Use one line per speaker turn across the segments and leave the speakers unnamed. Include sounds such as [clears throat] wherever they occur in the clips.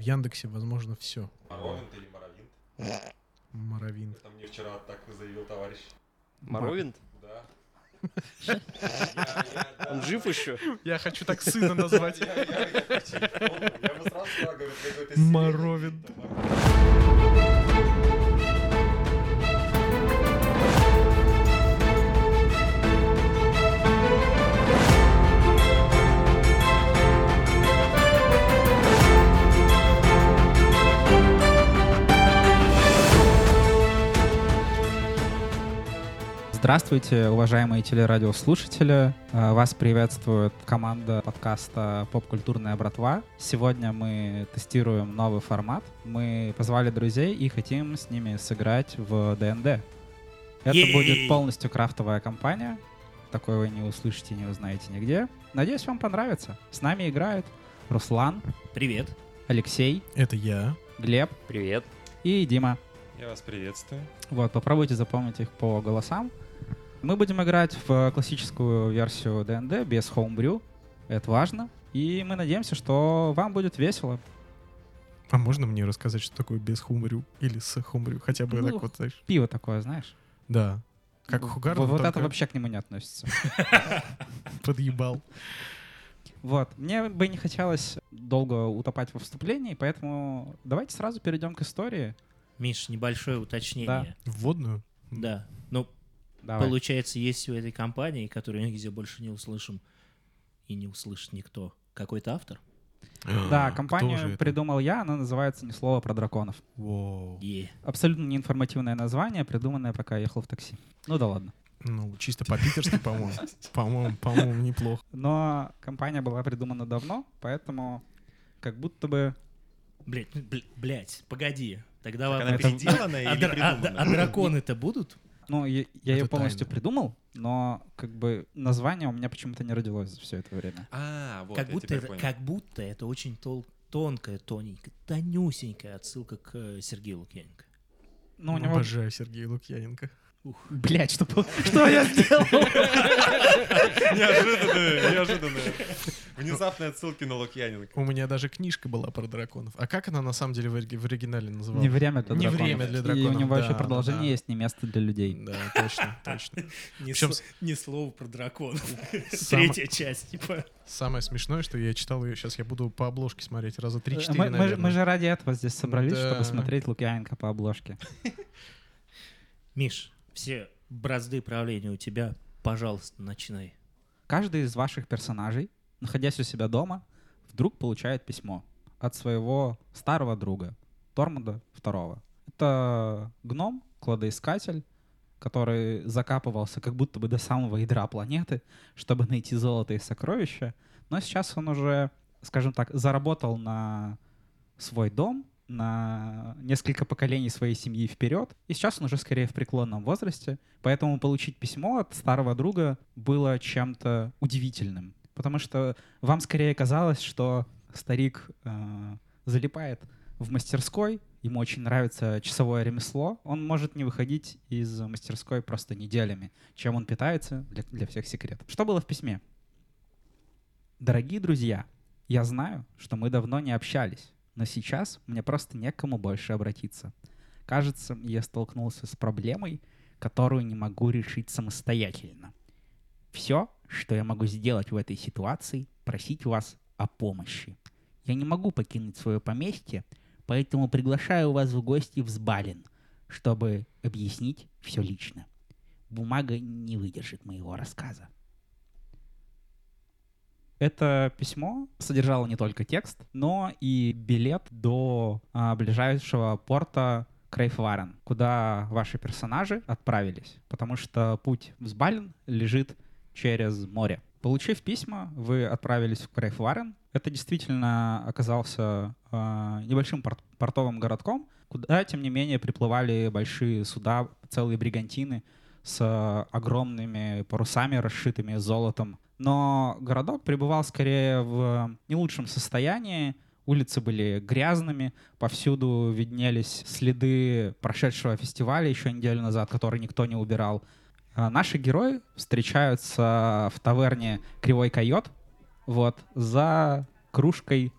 Яндексе возможно все.
Моровинт или Моровинт?
Моровин.
Это мне вчера так заявил товарищ.
Моровинд?
Да. Я- я- да.
Он жив еще?
Я хочу так сына назвать.
Я- я- я хочу. Я бы сразу сказал, говорю, какой-то сильный.
Моровин.
Здравствуйте, уважаемые телерадиослушатели. Э, Вас приветствует команда подкаста «Поп-культурная братва». Сегодня мы тестируем новый формат. Мы позвали друзей и хотим с ними сыграть в ДНД. Это
Е-ей!
будет полностью крафтовая компания. Такое вы не услышите, не узнаете нигде. Надеюсь, вам понравится. С нами играют Руслан,
Привет.
Алексей,
Это я.
Глеб
Привет.
и Дима.
Я вас приветствую.
Вот, попробуйте запомнить их по голосам. Мы будем играть в классическую версию ДНД без хоумбрю. Это важно. И мы надеемся, что вам будет весело.
А можно мне рассказать, что такое без хумрю? Или с хумрю? Хотя бы
Ну,
так вот, знаешь.
Пиво такое, знаешь?
Да. Как
В-
Хугар,
Вот, вот это
только
вообще к нему не относится.
подъебал.
Вот. Мне бы не хотелось долго утопать во вступлении, поэтому давайте сразу перейдем к истории.
Миш, небольшое уточнение.
Вводную?
Да. Ну,
Давай.
получается, есть у этой компании, которую мы нигде больше не услышим и не услышит никто, какой-то автор.
Да,
А, Кто же
компанию
это?
придумал я, она называется «Ни слова про драконов».
Воу.
Е.
Абсолютно неинформативное название, придуманное, пока я ехал в такси. Ну да ладно.
Ну, чисто по-питерски, по-моему. По-моему, по-моему, неплохо.
Но компания была придумана давно, поэтому как будто бы...
Блять, блять, ну, погоди. Тогда
Так она
вопрос.
переделанная
А
или
дра- а-
придуманная?
а драконы-то будут?
Ну, я, я
Это
ее полностью
тайна.
придумал, но как бы название у меня почему-то не родилось за все это время.
А, вот,
как
я
будто,
теперь
это,
понял.
как будто это очень тол- тонкая, тоненькая, тонюсенькая отсылка к э, Сергею Лукьяненко.
Ну, у него...
Обожаю Сергея Лукьяненко.
Блять, что, [laughs] пол- что я сделал?
Неожиданное, неожиданное. Внезапные отсылки на Лукьяненко.
У меня даже книжка была про драконов. А как она на самом деле в ори- в оригинале называлась?
Не время для
Не
драконов.
время для
И у
драконов,
него
да,
еще
да,
продолжение
да.
есть «Не место для людей».
Да, точно, точно.
Ни,
Причём
сло- ни слова про драконов.
Самое-
Третья часть, типа.
Самое смешное, что я читал ее сейчас, я буду по обложке смотреть раза
Э,
3-4,
мы, мы же-
наверное.
мы же ради этого здесь собрались,
Да.
чтобы смотреть Лукьяненко по обложке.
Миш, все бразды правления у тебя, пожалуйста, начинай.
Каждый из ваших персонажей, находясь у себя дома, вдруг получает письмо от своего старого друга, Тормуда II. Это гном, кладоискатель, который закапывался как будто бы до самого ядра планеты, чтобы найти золото и сокровища. Но сейчас он уже, скажем так, заработал на свой дом, на несколько поколений своей семьи вперед. И сейчас он уже скорее в преклонном возрасте. Поэтому получить письмо от старого друга было чем-то удивительным. Потому что вам скорее казалось, что старик э, залипает в мастерской, ему очень нравится часовое ремесло, он может не выходить из мастерской просто неделями, чем он питается, для, для всех секрет. Что было в письме? Дорогие друзья, я знаю, что мы давно не общались, но сейчас мне просто не к кому больше обратиться. Кажется, я столкнулся с проблемой, которую не могу решить самостоятельно. Все, что я могу сделать в этой ситуации, просить вас о помощи. Я не могу покинуть свое поместье, поэтому приглашаю вас в гости в Сбалин, чтобы объяснить все лично. Бумага не выдержит моего рассказа. Это письмо содержало не только текст, но и билет до а, ближайшего порта Крейфварен, куда ваши персонажи отправились, потому что путь в Сбалин лежит через море. Получив письма, вы отправились в Крейфварен. Это действительно оказался э, небольшим порт- портовым городком, куда, тем не менее, приплывали большие суда, целые бригантины с э, огромными парусами, расшитыми золотом. Но городок пребывал скорее в не лучшем состоянии. Улицы были грязными, повсюду виднелись следы прошедшего фестиваля еще неделю назад, который никто не убирал. А Наши герои встречаются в таверне Кривой Койот вот, за кружкой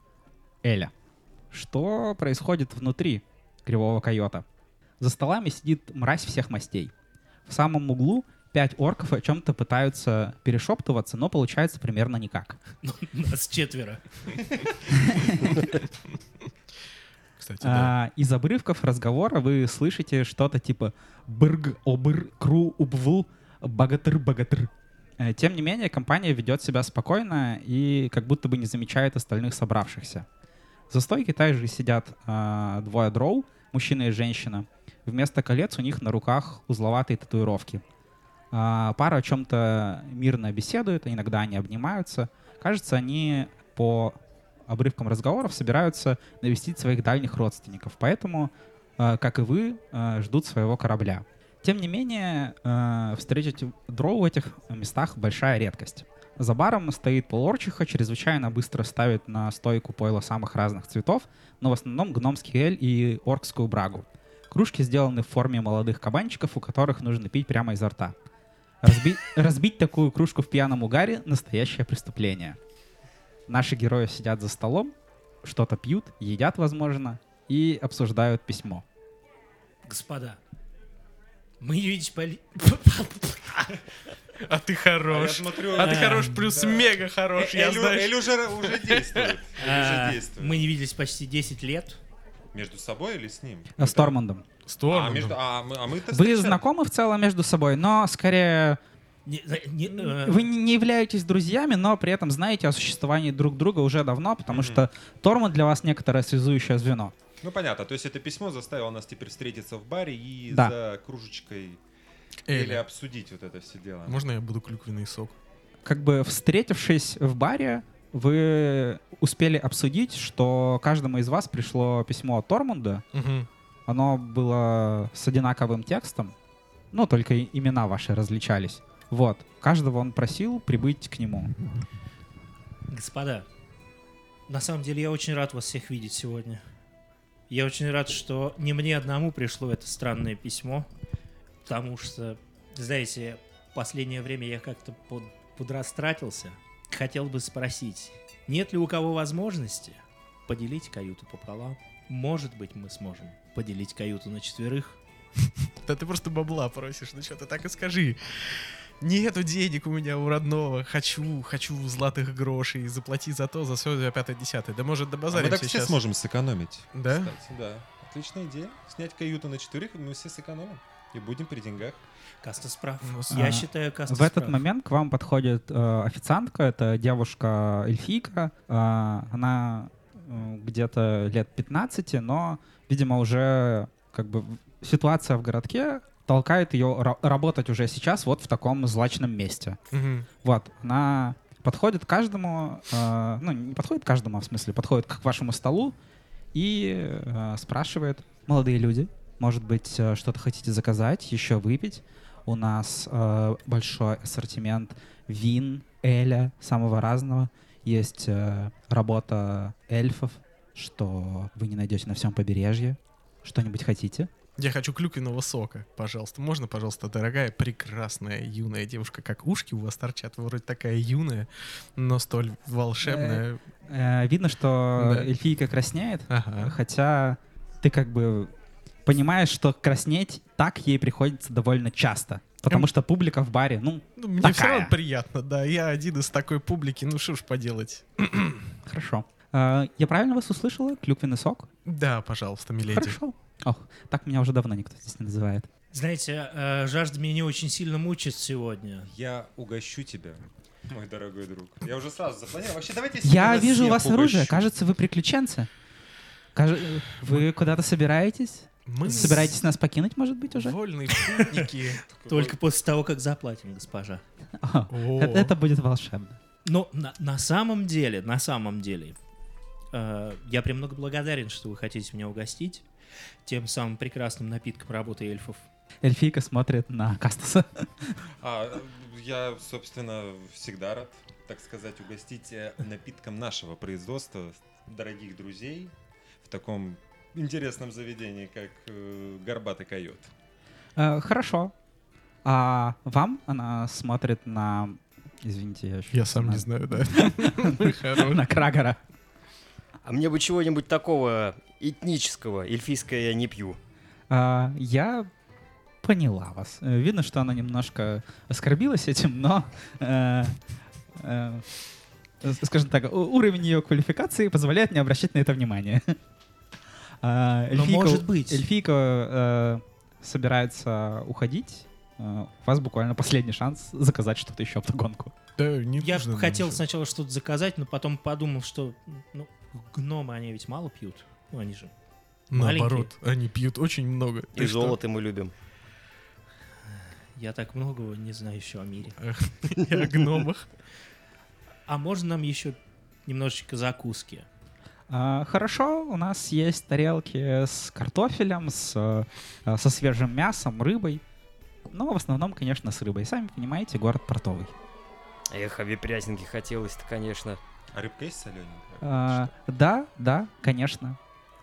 Эля. Что происходит внутри кривого койота? За столами сидит мразь всех мастей. В самом углу пять орков о чем-то пытаются перешептываться, но получается примерно никак.
Нас четверо.
Кстати, да.
А, из обрывков разговора вы слышите что-то типа «бырг, обыр, кру, убвл, богатыр, богатыр». Э, Тем не менее, компания ведет себя спокойно и как будто бы не замечает остальных собравшихся. За стойкой также сидят а, двое дроу, мужчина и женщина. Вместо колец у них на руках узловатые татуировки. А, пара о чем-то мирно беседует, а иногда они обнимаются. Кажется, они по обрывкам разговоров собираются навестить своих дальних родственников, поэтому, э, как и вы, э, ждут своего корабля. Тем не менее, э, встретить дроу в этих местах большая редкость. За баром стоит полорчиха, чрезвычайно быстро ставит на стойку пойло самых разных цветов, но в основном гномский эль и оркскую брагу. Кружки сделаны в форме молодых кабанчиков, у которых нужно пить прямо изо рта. Разби- разбить такую кружку в пьяном угаре — настоящее преступление. Наши герои сидят за столом, что-то пьют, едят, возможно, и обсуждают письмо.
Господа, мы ведь поли...
А ты
А я
хорош.
смотрю,
А ты
э,
хорош, плюс мега хорош, я
Эль у-
знаю.
Эль уже уже действует. Эль
А,
уже действует.
Мы не виделись почти 10 лет. что-
Между собой или с ним?
С Тормандом.
А,
Стормом.
между, а, мы, а мы-то
Вы
встречались.
знакомы в целом между собой, но скорее
Не- не- э,
вы не не являетесь друзьями, но при этом знаете о существовании друг друга уже давно, потому что Торманд для вас некоторое связующее звено.
Ну понятно, то есть это письмо заставило нас теперь встретиться в баре и
Да.
за кружечкой или
Эля,
обсудить вот это все дело.
можно я буду клюквенный сок?
Как бы встретившись в баре, вы успели обсудить, что каждому из вас пришло письмо от Тормунда,
Мгм.
Оно было с одинаковым текстом, ну, только и- имена ваши различались. Вот. Каждого он просил прибыть к нему.
Господа, на самом деле я очень рад вас всех видеть сегодня. Я очень рад, что не мне одному пришло это странное письмо, потому что, знаете, в последнее время я как-то под, подрастратился. Хотел бы спросить, нет ли у кого возможности поделить каюту пополам? Может быть, мы сможем поделить каюту на четверых?
Да ты просто бабла просишь, ну что ты так и скажи. Нету денег у меня у родного, хочу, хочу златых грошей, заплати за то, за все, за пятое-десятое. Да может, до
А мы
базарим
так все сможем сэкономить.
Да?
кстати, да. Отличная идея. Снять каюту на четверых, и мы все сэкономим. И будем при деньгах.
Каста справ.
Ну, с-
Я
а,
считаю, Каста
в этот
прав.
момент к вам подходит э, официантка, это девушка-эльфийка. Э, она э, где-то лет 15, но, видимо, уже как бы в- ситуация в городке толкает ее ра- работать уже сейчас вот в таком злачном месте.
Мгм.
Вот, она подходит каждому, э, ну, не подходит каждому, а в смысле, подходит к вашему столу и э, спрашивает, молодые люди, может быть, э, что-то хотите заказать, еще выпить? У нас э, большой ассортимент вин, эля, самого разного. Есть э, работа эльфов, что вы не найдете на всем побережье. Что-нибудь хотите?
Я хочу клюквенного сока, пожалуйста. Можно, пожалуйста, дорогая, прекрасная, юная девушка, как ушки у вас торчат, вы вроде такая юная, но столь волшебная.
Э, видно, что
Да.
эльфийка краснеет,
Ага.
Э, Хотя ты как бы понимаешь, что краснеть так ей приходится довольно часто. Потому
Прям-
что публика в баре, ну,
Ну, мне все
такая.
равно приятно, да. Я один из такой публики, ну что ж поделать.
хорошо. Э, Я правильно вас услышала? Клюквенный сок?
Да, пожалуйста, миледи.
Хорошо. Ох, так меня уже давно никто здесь не называет.
Знаете, э, жажда меня очень сильно мучит сегодня.
Я угощу тебя, мой дорогой друг. Я уже сразу запланировал. Вообще, давайте
Я
сегодня
вижу у
всех
вас оружие.
угощу.
Кажется, вы приключенцы. Кажи- Вы куда-то собираетесь?
Мы
Собираетесь нас покинуть, может быть, уже?
вольные
[laughs]
путники.
Только после того, как заплатим, госпожа.
О,
О.
Это это будет волшебно.
Но на, на самом деле, на самом деле, э, я премного благодарен, что вы хотите меня угостить тем самым прекрасным напитком работы эльфов.
Эльфийка смотрит на Кастаса.
А, я, собственно, всегда рад, так сказать, угостить э, напитком нашего производства дорогих друзей в таком интересном заведении, как э, Горбатый койот.
Э, Хорошо. А вам она смотрит на... Извините, я ещё [laughs]
Я сам
на-
Ну, не знаю, да.
На Крагера.
А мне бы чего-нибудь такого этнического, эльфийское я не пью.
А, я поняла вас. Э, Видно, что она немножко оскорбилась этим, но, э, э, с- скажем так, у- уровень ее квалификации позволяет не обращать на это внимание. [laughs] А,
Но может быть.
Эльфийка э, собирается уходить. Э, У вас буквально последний шанс заказать что-то еще в догонку.
Да, не
Я
нужно
б
нам
хотел
ничего.
сначала что-то заказать, но потом подумал, что ну, гномы, они ведь мало пьют. Ну, они же.
Наоборот, они пьют очень много.
И
Ты что?
золото мы любим.
Я так многого не знаю еще о мире.
И о гномах.
А можно нам еще немножечко закуски?
А, Хорошо, у нас есть тарелки с картофелем, с, э, со свежим мясом, рыбой. Но в основном, конечно, с рыбой. Сами понимаете, город портовый.
Эх, а випрясненьки хотелось-то, конечно.
А рыбка есть солененькая?
А, да, да, конечно.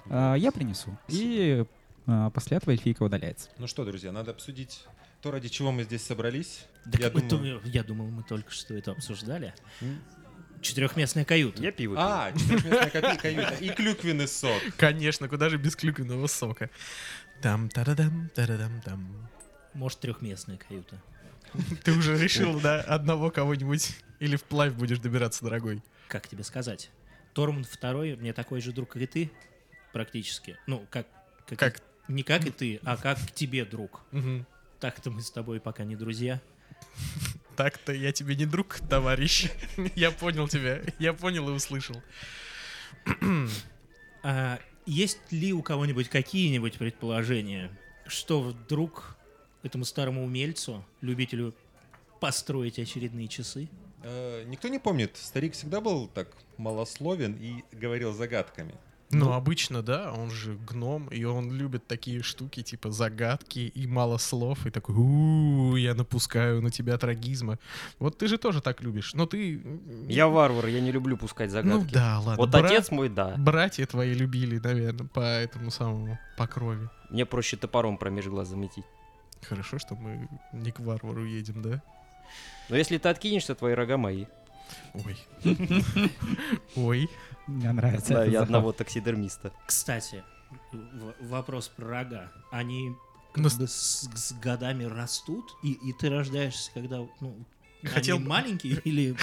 А, я принесу. И а, после этого эльфийка удаляется.
Ну что, друзья, надо обсудить то, ради чего мы здесь собрались.
Так
Я
мы
думаю-
думаю- я думал, мы только что это обсуждали.
М.
Четырехместная каюта.
Я пиво пью.
А, четырехместная копейка каюта и клюквенный сок.
[laughs] Конечно, куда же без клюквенного сока. Там, тарадам, тарадам, там.
Может, трехместная каюта.
Ты уже решил, да, одного кого-нибудь или вплавь будешь добираться, дорогой.
Как тебе сказать? Торман второй мне такой же друг, как и ты, практически. Ну, как... Как?
Как?
Не как и ты, а как к тебе друг.
Мгм.
Так-то мы с тобой пока не друзья.
Так-то я тебе не друг, товарищ. [laughs] Я понял тебя. Я понял и услышал.
А есть ли у кого-нибудь какие-нибудь предположения, что вдруг этому старому умельцу, любителю построить очередные часы,
Э, Никто не помнит, старик всегда был так малословен и говорил загадками.
Ну, обычно, да, он же гном, и он любит такие штуки, типа загадки и мало слов, и такой, у я напускаю на тебя трагизма. Вот ты же тоже так любишь, но ты... м,
Я варвар, я не люблю пускать
Ну
загадки.
да, ладно.
Вот
Бра-
отец мой, да.
Братья твои любили, наверное, по этому самому, по крови.
Мне проще топором промеж глаз заметить.
Хорошо, что мы не к варвару едем, да?
Но если ты откинешься, твои рога мои.
Ой. Ой.
Мне нравится.
Знаю
этот
я
заход.
одного таксидермиста.
Кстати, в- вопрос про рога. Они как
Ну, с-
бы с, с годами растут, и, и ты рождаешься, когда ну,
Хотел-
они маленькие или...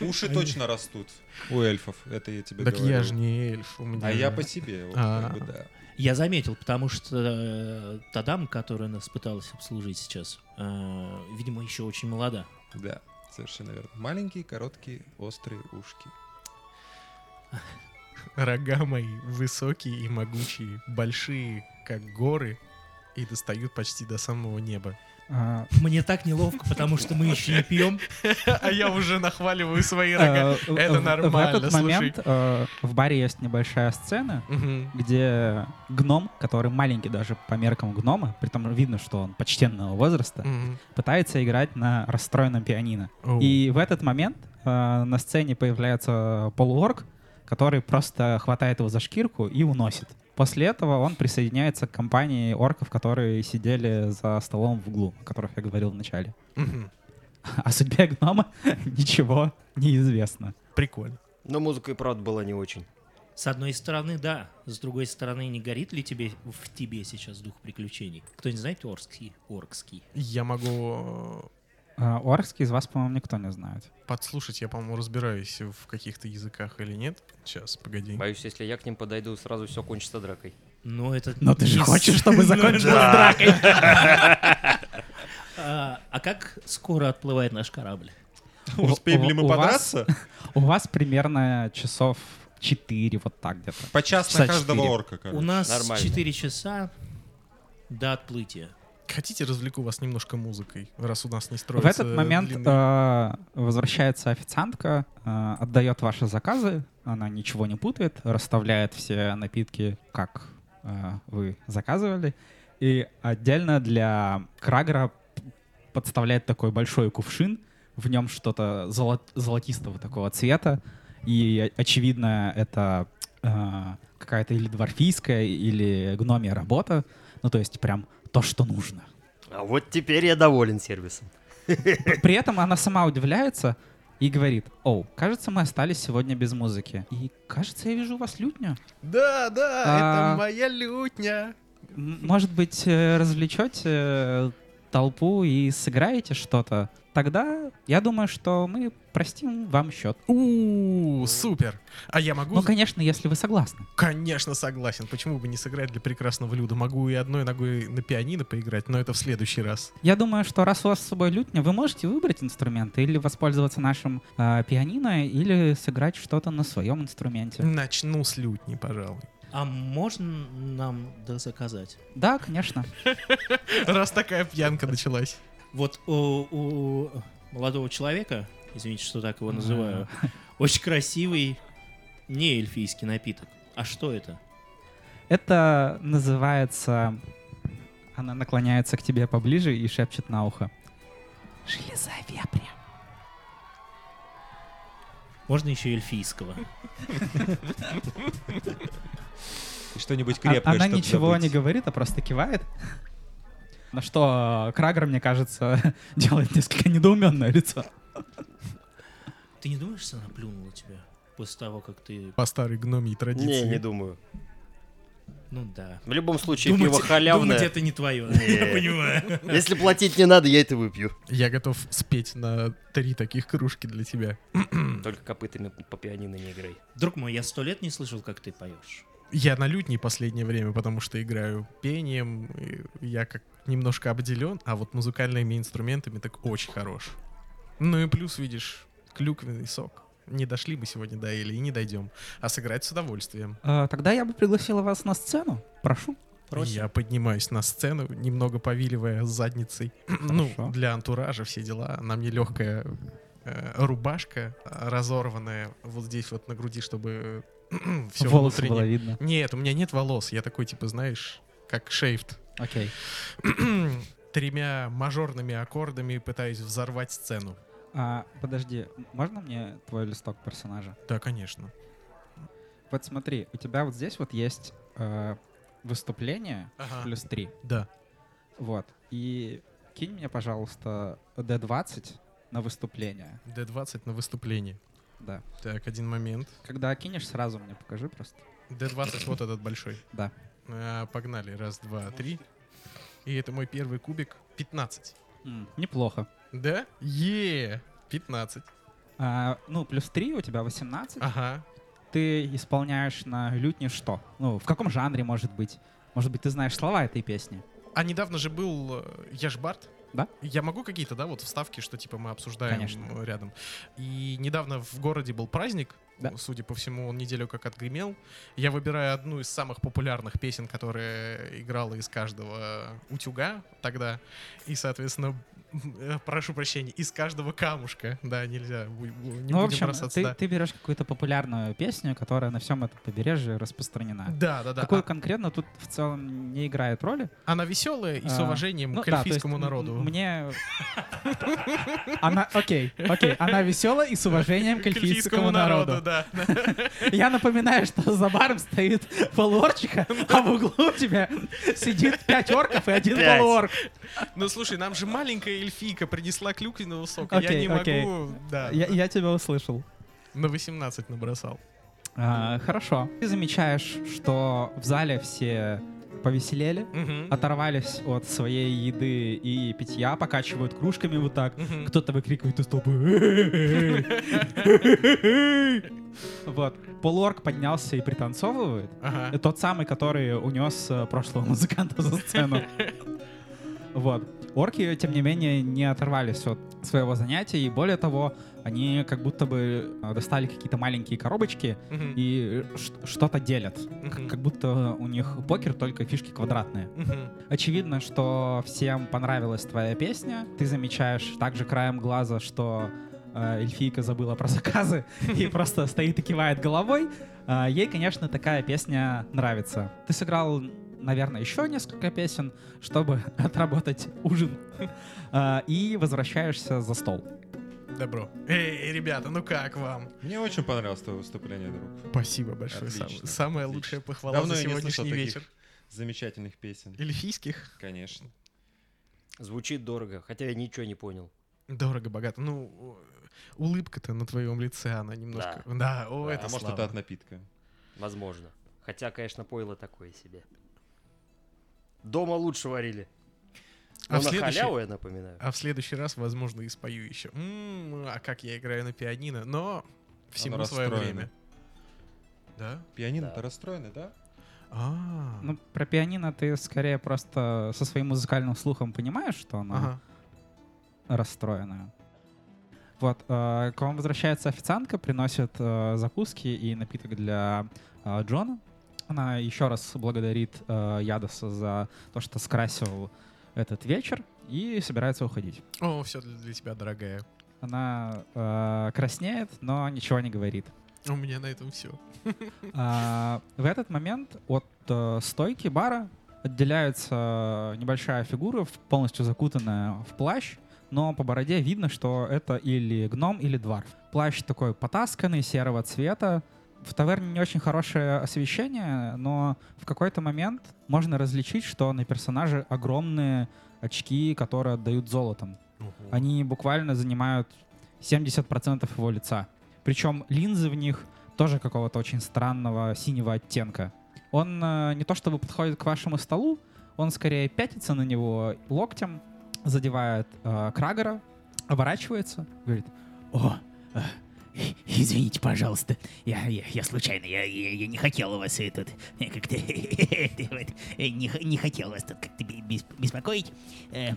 Уши точно растут у эльфов, это я тебе
Так
говорю.
я же не эльф, у меня...
А я по себе, вот
А.
как бы, да.
Я заметил, потому что э, та дама, которая нас пыталась обслужить сейчас, э, видимо, еще очень молода.
Да, совершенно верно. Маленькие, короткие, острые ушки.
Рога мои высокие и могучие, большие, как горы, и достают почти до самого неба. [laughs]
А,
Мне так неловко, потому что мы еще не пьем.
А я уже нахваливаю свои рога.
э, в-
Это
в-
нормально,
В этот
слушай.
момент э, в баре есть небольшая сцена,
Мгм.
где гном, который маленький даже по меркам гнома, при том видно, что он почтенного возраста,
Мгм.
пытается играть на расстроенном пианино.
Оу.
И в этот момент э, на сцене появляется полуорг, который просто хватает его за шкирку и уносит. После этого он присоединяется к компании орков, которые сидели за столом в углу, о которых я говорил в начале. [laughs]
Мгм.
О судьбе гнома [laughs] ничего не известно.
Прикольно.
Но музыка и правда была не очень.
С одной стороны, да. С другой стороны, не горит ли тебе в тебе сейчас дух приключений? Кто не знает Оркский? Оркский.
Я могу
Э, оркский из вас, по-моему, никто не знает.
э, подслушать, я, по-моему, разбираюсь в каких-то языках или нет. Сейчас, погоди.
Боюсь, если я к ним подойду, сразу все кончится дракой.
Но это...
Но Ну, ты же
не с-
хочешь, [laughs] чтобы закончилось [laughs] дракой.
А, а как скоро отплывает наш корабль?
[laughs]
У-
Успеем
у-
ли мы
у вас-
подраться?
У вас примерно часов 4, вот так где-то.
По час
Часа
на каждого
четыре.
орка,
У
короче.
нас
нормально.
4 часа до отплытия.
Хотите, развлеку вас немножко музыкой, раз у нас не
В
строится
этот момент
длинный-
э, возвращается официантка, э, отдает ваши заказы, она ничего не путает, расставляет все напитки, как э, вы заказывали, и отдельно для Крагера п- подставляет такой большой кувшин, в нем что-то золо- золотистого такого цвета, и о- очевидно это э, какая-то или дворфийская, или гномия работа, ну то есть прям то, что нужно.
А вот теперь я доволен сервисом.
При этом она сама удивляется, и говорит, «Оу, кажется, мы остались сегодня без музыки. И кажется, я вижу у вас лютню.
Да, да,
А.
это моя лютня.
М- Может быть, э, развлечете э, толпу и сыграете что-то? Тогда я думаю, что мы простим вам счет.
У, супер. А я могу?
Ну, конечно, если вы согласны.
Конечно, согласен. Почему бы не сыграть для прекрасного Люда? Могу и одной ногой на пианино поиграть, но это в следующий раз.
Я думаю, что раз у вас с собой лютня, вы можете выбрать инструмент или воспользоваться нашим э, пианино, или сыграть что-то на своем инструменте.
Начну с лютни, пожалуй.
А можно нам да, заказать?
Да, конечно.
Раз такая пьянка началась.
Вот у, у молодого человека, извините, что так его называю, очень красивый не эльфийский напиток. А что это?
Это называется... Она наклоняется к тебе поближе и шепчет на ухо. Железа вепря.
Можно еще эльфийского.
И что-нибудь
А-
крепкое,
Она
чтоб
ничего
забыть.
не говорит, а просто кивает. [laughs] На что Крагер, мне кажется, [laughs] делает несколько недоуменное лицо.
Ты не думаешь, что она плюнула тебя после того, как ты...
По старой гномии традиции.
Не, не думаю.
Ну да.
В любом случае, пиво
думать
халявное.
это не твое, я
[laughs] Нет.
понимаю.
Если платить не надо, я это выпью.
Я готов спеть на три таких кружки для тебя.
Только копытами по пианино не играй.
Друг мой, я сто лет не слышал, как ты поешь.
Я на лютни последнее время, потому что играю пением. и Я как немножко обделен, а вот музыкальными инструментами так очень хорош. Ну и плюс, видишь, клюквенный сок. Не дошли бы сегодня до Эли и не дойдем. А сыграть с удовольствием.
Э, Тогда я бы пригласила вас на сцену. Прошу.
Просим.
Я поднимаюсь на сцену, немного повиливая задницей. [clears throat] ну,
Хорошо.
для антуража все дела. На мне легкая рубашка, э, разорванная вот здесь вот на груди, чтобы [clears throat] все
Волосы было видно.
Нет, у меня нет волос. Я такой, типа, знаешь, как шейфт. [clears throat]
Окей.
Тремя мажорными аккордами пытаюсь взорвать сцену.
А, подожди, можно мне твой листок персонажа?
Да, конечно.
Вот смотри, у тебя вот здесь вот есть э, выступление
Ага.
плюс 3.
Да.
Вот. И кинь мне, пожалуйста, D20 на выступление.
D20 на выступлении.
Да.
Так, один момент.
Когда кинешь, сразу мне покажи просто.
D20 вот этот большой.
Да.
А, погнали. Раз, два, три. И это мой первый кубик. 15.
М, неплохо.
Да? Е! 15.
А, ну, плюс 3, у тебя 18.
Ага.
Ты исполняешь на лютне что? Ну, в каком жанре, может быть? Может быть, ты знаешь слова этой песни?
А недавно же был э, Я ж Барт.
Да.
Я могу какие-то, да, вот вставки, что типа мы обсуждаем
Конечно.
э, рядом. И недавно в городе был праздник.
Да.
Ну, Судя по всему, он неделю как отгремел. Я выбираю одну из самых популярных песен, которая играла из каждого утюга тогда. И, соответственно, э, прошу прощения, из каждого камушка. Да, нельзя. бу- бу- Не
ну, в
будем
общем,
бросаться,
ты,
да.
ты берешь какую-то популярную песню, которая на всем этом побережье распространена.
Да, да, да.
Какой
А-
конкретно тут в целом не играет роли?
Она веселая и с
А,
уважением
Ну
к
да, то есть
эльфийскому
м-
народу.
Мне... [laughs] Она, окей, окей, она веселая и с уважением к эльфийскому народу.
да.
Я напоминаю, что за баром стоит полуорчиха, а в углу у тебя сидит пять орков и один
Пять.
полуорк.
Ну слушай, нам же маленькая эльфийка принесла клюквенного сока. а Я
Окей,
не
окей.
могу. Да.
Я, я тебя услышал.
На 18 набросал.
А, хорошо. Ты замечаешь, что в зале все повеселели,
А
оторвались от своей еды и питья, покачивают кружками вот так.
Мгм.
Кто-то выкрикивает из толпы. «Эй-эй-эй!» Вот. Полуорк поднялся и пританцовывает.
Ага.
Это Тот самый, который унес э, прошлого музыканта за сцену. Вот. Орки, тем не менее, не оторвались от своего занятия, и более того, они как будто бы э, достали какие-то маленькие коробочки
Мгм.
и э, ш- что-то делят.
Мгм.
Как будто у них покер, только фишки квадратные.
Мгм.
Очевидно, что всем понравилась твоя песня. Ты замечаешь также краем глаза, что э, эльфийка забыла про заказы [laughs] и просто стоит и кивает головой. А, Ей, конечно, такая песня нравится. Ты сыграл, наверное, еще несколько песен, чтобы [laughs] отработать ужин. А, И возвращаешься за стол.
Добро. Эй, ребята, ну как вам?
Мне очень понравилось твое выступление, друг.
Спасибо большое.
Отлично,
Сам- Самая
отлично.
лучшая похвала
Давно
за
я не слышал
сегодняшний
таких
вечер.
замечательных песен.
Эльфийских?
Конечно.
Звучит дорого, хотя я ничего не понял.
Дорого, богато. Ну, э, улыбка-то на твоем лице, она немножко... Да, о,
Да,
это
а может,
славно.
это от напитка.
Возможно. Хотя, конечно, пойло такое себе. Дома лучше варили.
А
Но
в
на
следующий-
халяву, я напоминаю.
А в следующий раз, возможно, и спою еще. М, а как я играю на пианино, но всему свое
расстроено.
время. Да?
Пианино-то
Да.
расстроены, да?
А.
Ну, про пианино ты скорее просто со своим музыкальным слухом понимаешь, что оно
Ага.
расстроенное. Вот, э, к вам возвращается официантка, приносит э, закуски и напиток для э, Джона. Она еще раз благодарит э, Ядоса за то, что скрасил этот вечер и собирается уходить.
О, все для, для тебя, дорогая.
Она э, краснеет, но ничего не говорит.
У меня на этом все.
А, В этот момент от э, стойки бара отделяется небольшая фигура, в- полностью закутанная в плащ, но по бороде видно, что это или гном, или дварф. Плащ такой потасканный, серого цвета. В таверне не очень хорошее освещение, но в какой-то момент можно различить, что на персонаже огромные очки, которые отдают золотом. Они буквально занимают 70% его лица. Причем линзы в них тоже какого-то очень странного синего оттенка. Он э, не то чтобы подходит к вашему столу, он скорее пятится на него локтем, задевает э, Крагера, оборачивается, говорит,
О, э, извините, пожалуйста. Я, я, я случайно, я, я, я не хотел вас э, тут э, как-то... [laughs] вот, э, не, х- не хотел вас тут как-то бе- бес- беспокоить. Э,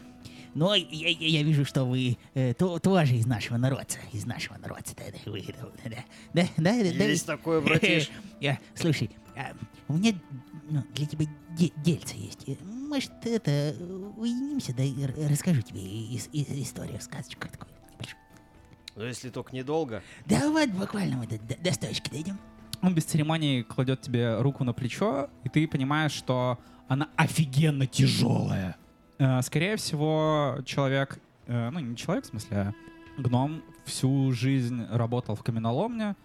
Но я, я- я вижу, что вы э, то- тоже из нашего народца. Из нашего народца, да, да, вы, да, да, да, да, да, да.
Есть
[laughs]
такое, братиш.
Я, слушай, а, у меня ну, для тебя де- дельце есть. Э, Может, это, уединимся, да и р- расскажу тебе ис- ис- историю, сказочку такую небольшую.
Но если только недолго.
Да вот, буквально вот до, до- до стоечки дойдем.
он без церемоний кладет тебе руку на плечо, и ты понимаешь, что она офигенно тяжелая. Э, Скорее всего, человек, э, ну не человек в смысле, а гном всю жизнь работал в каменоломне,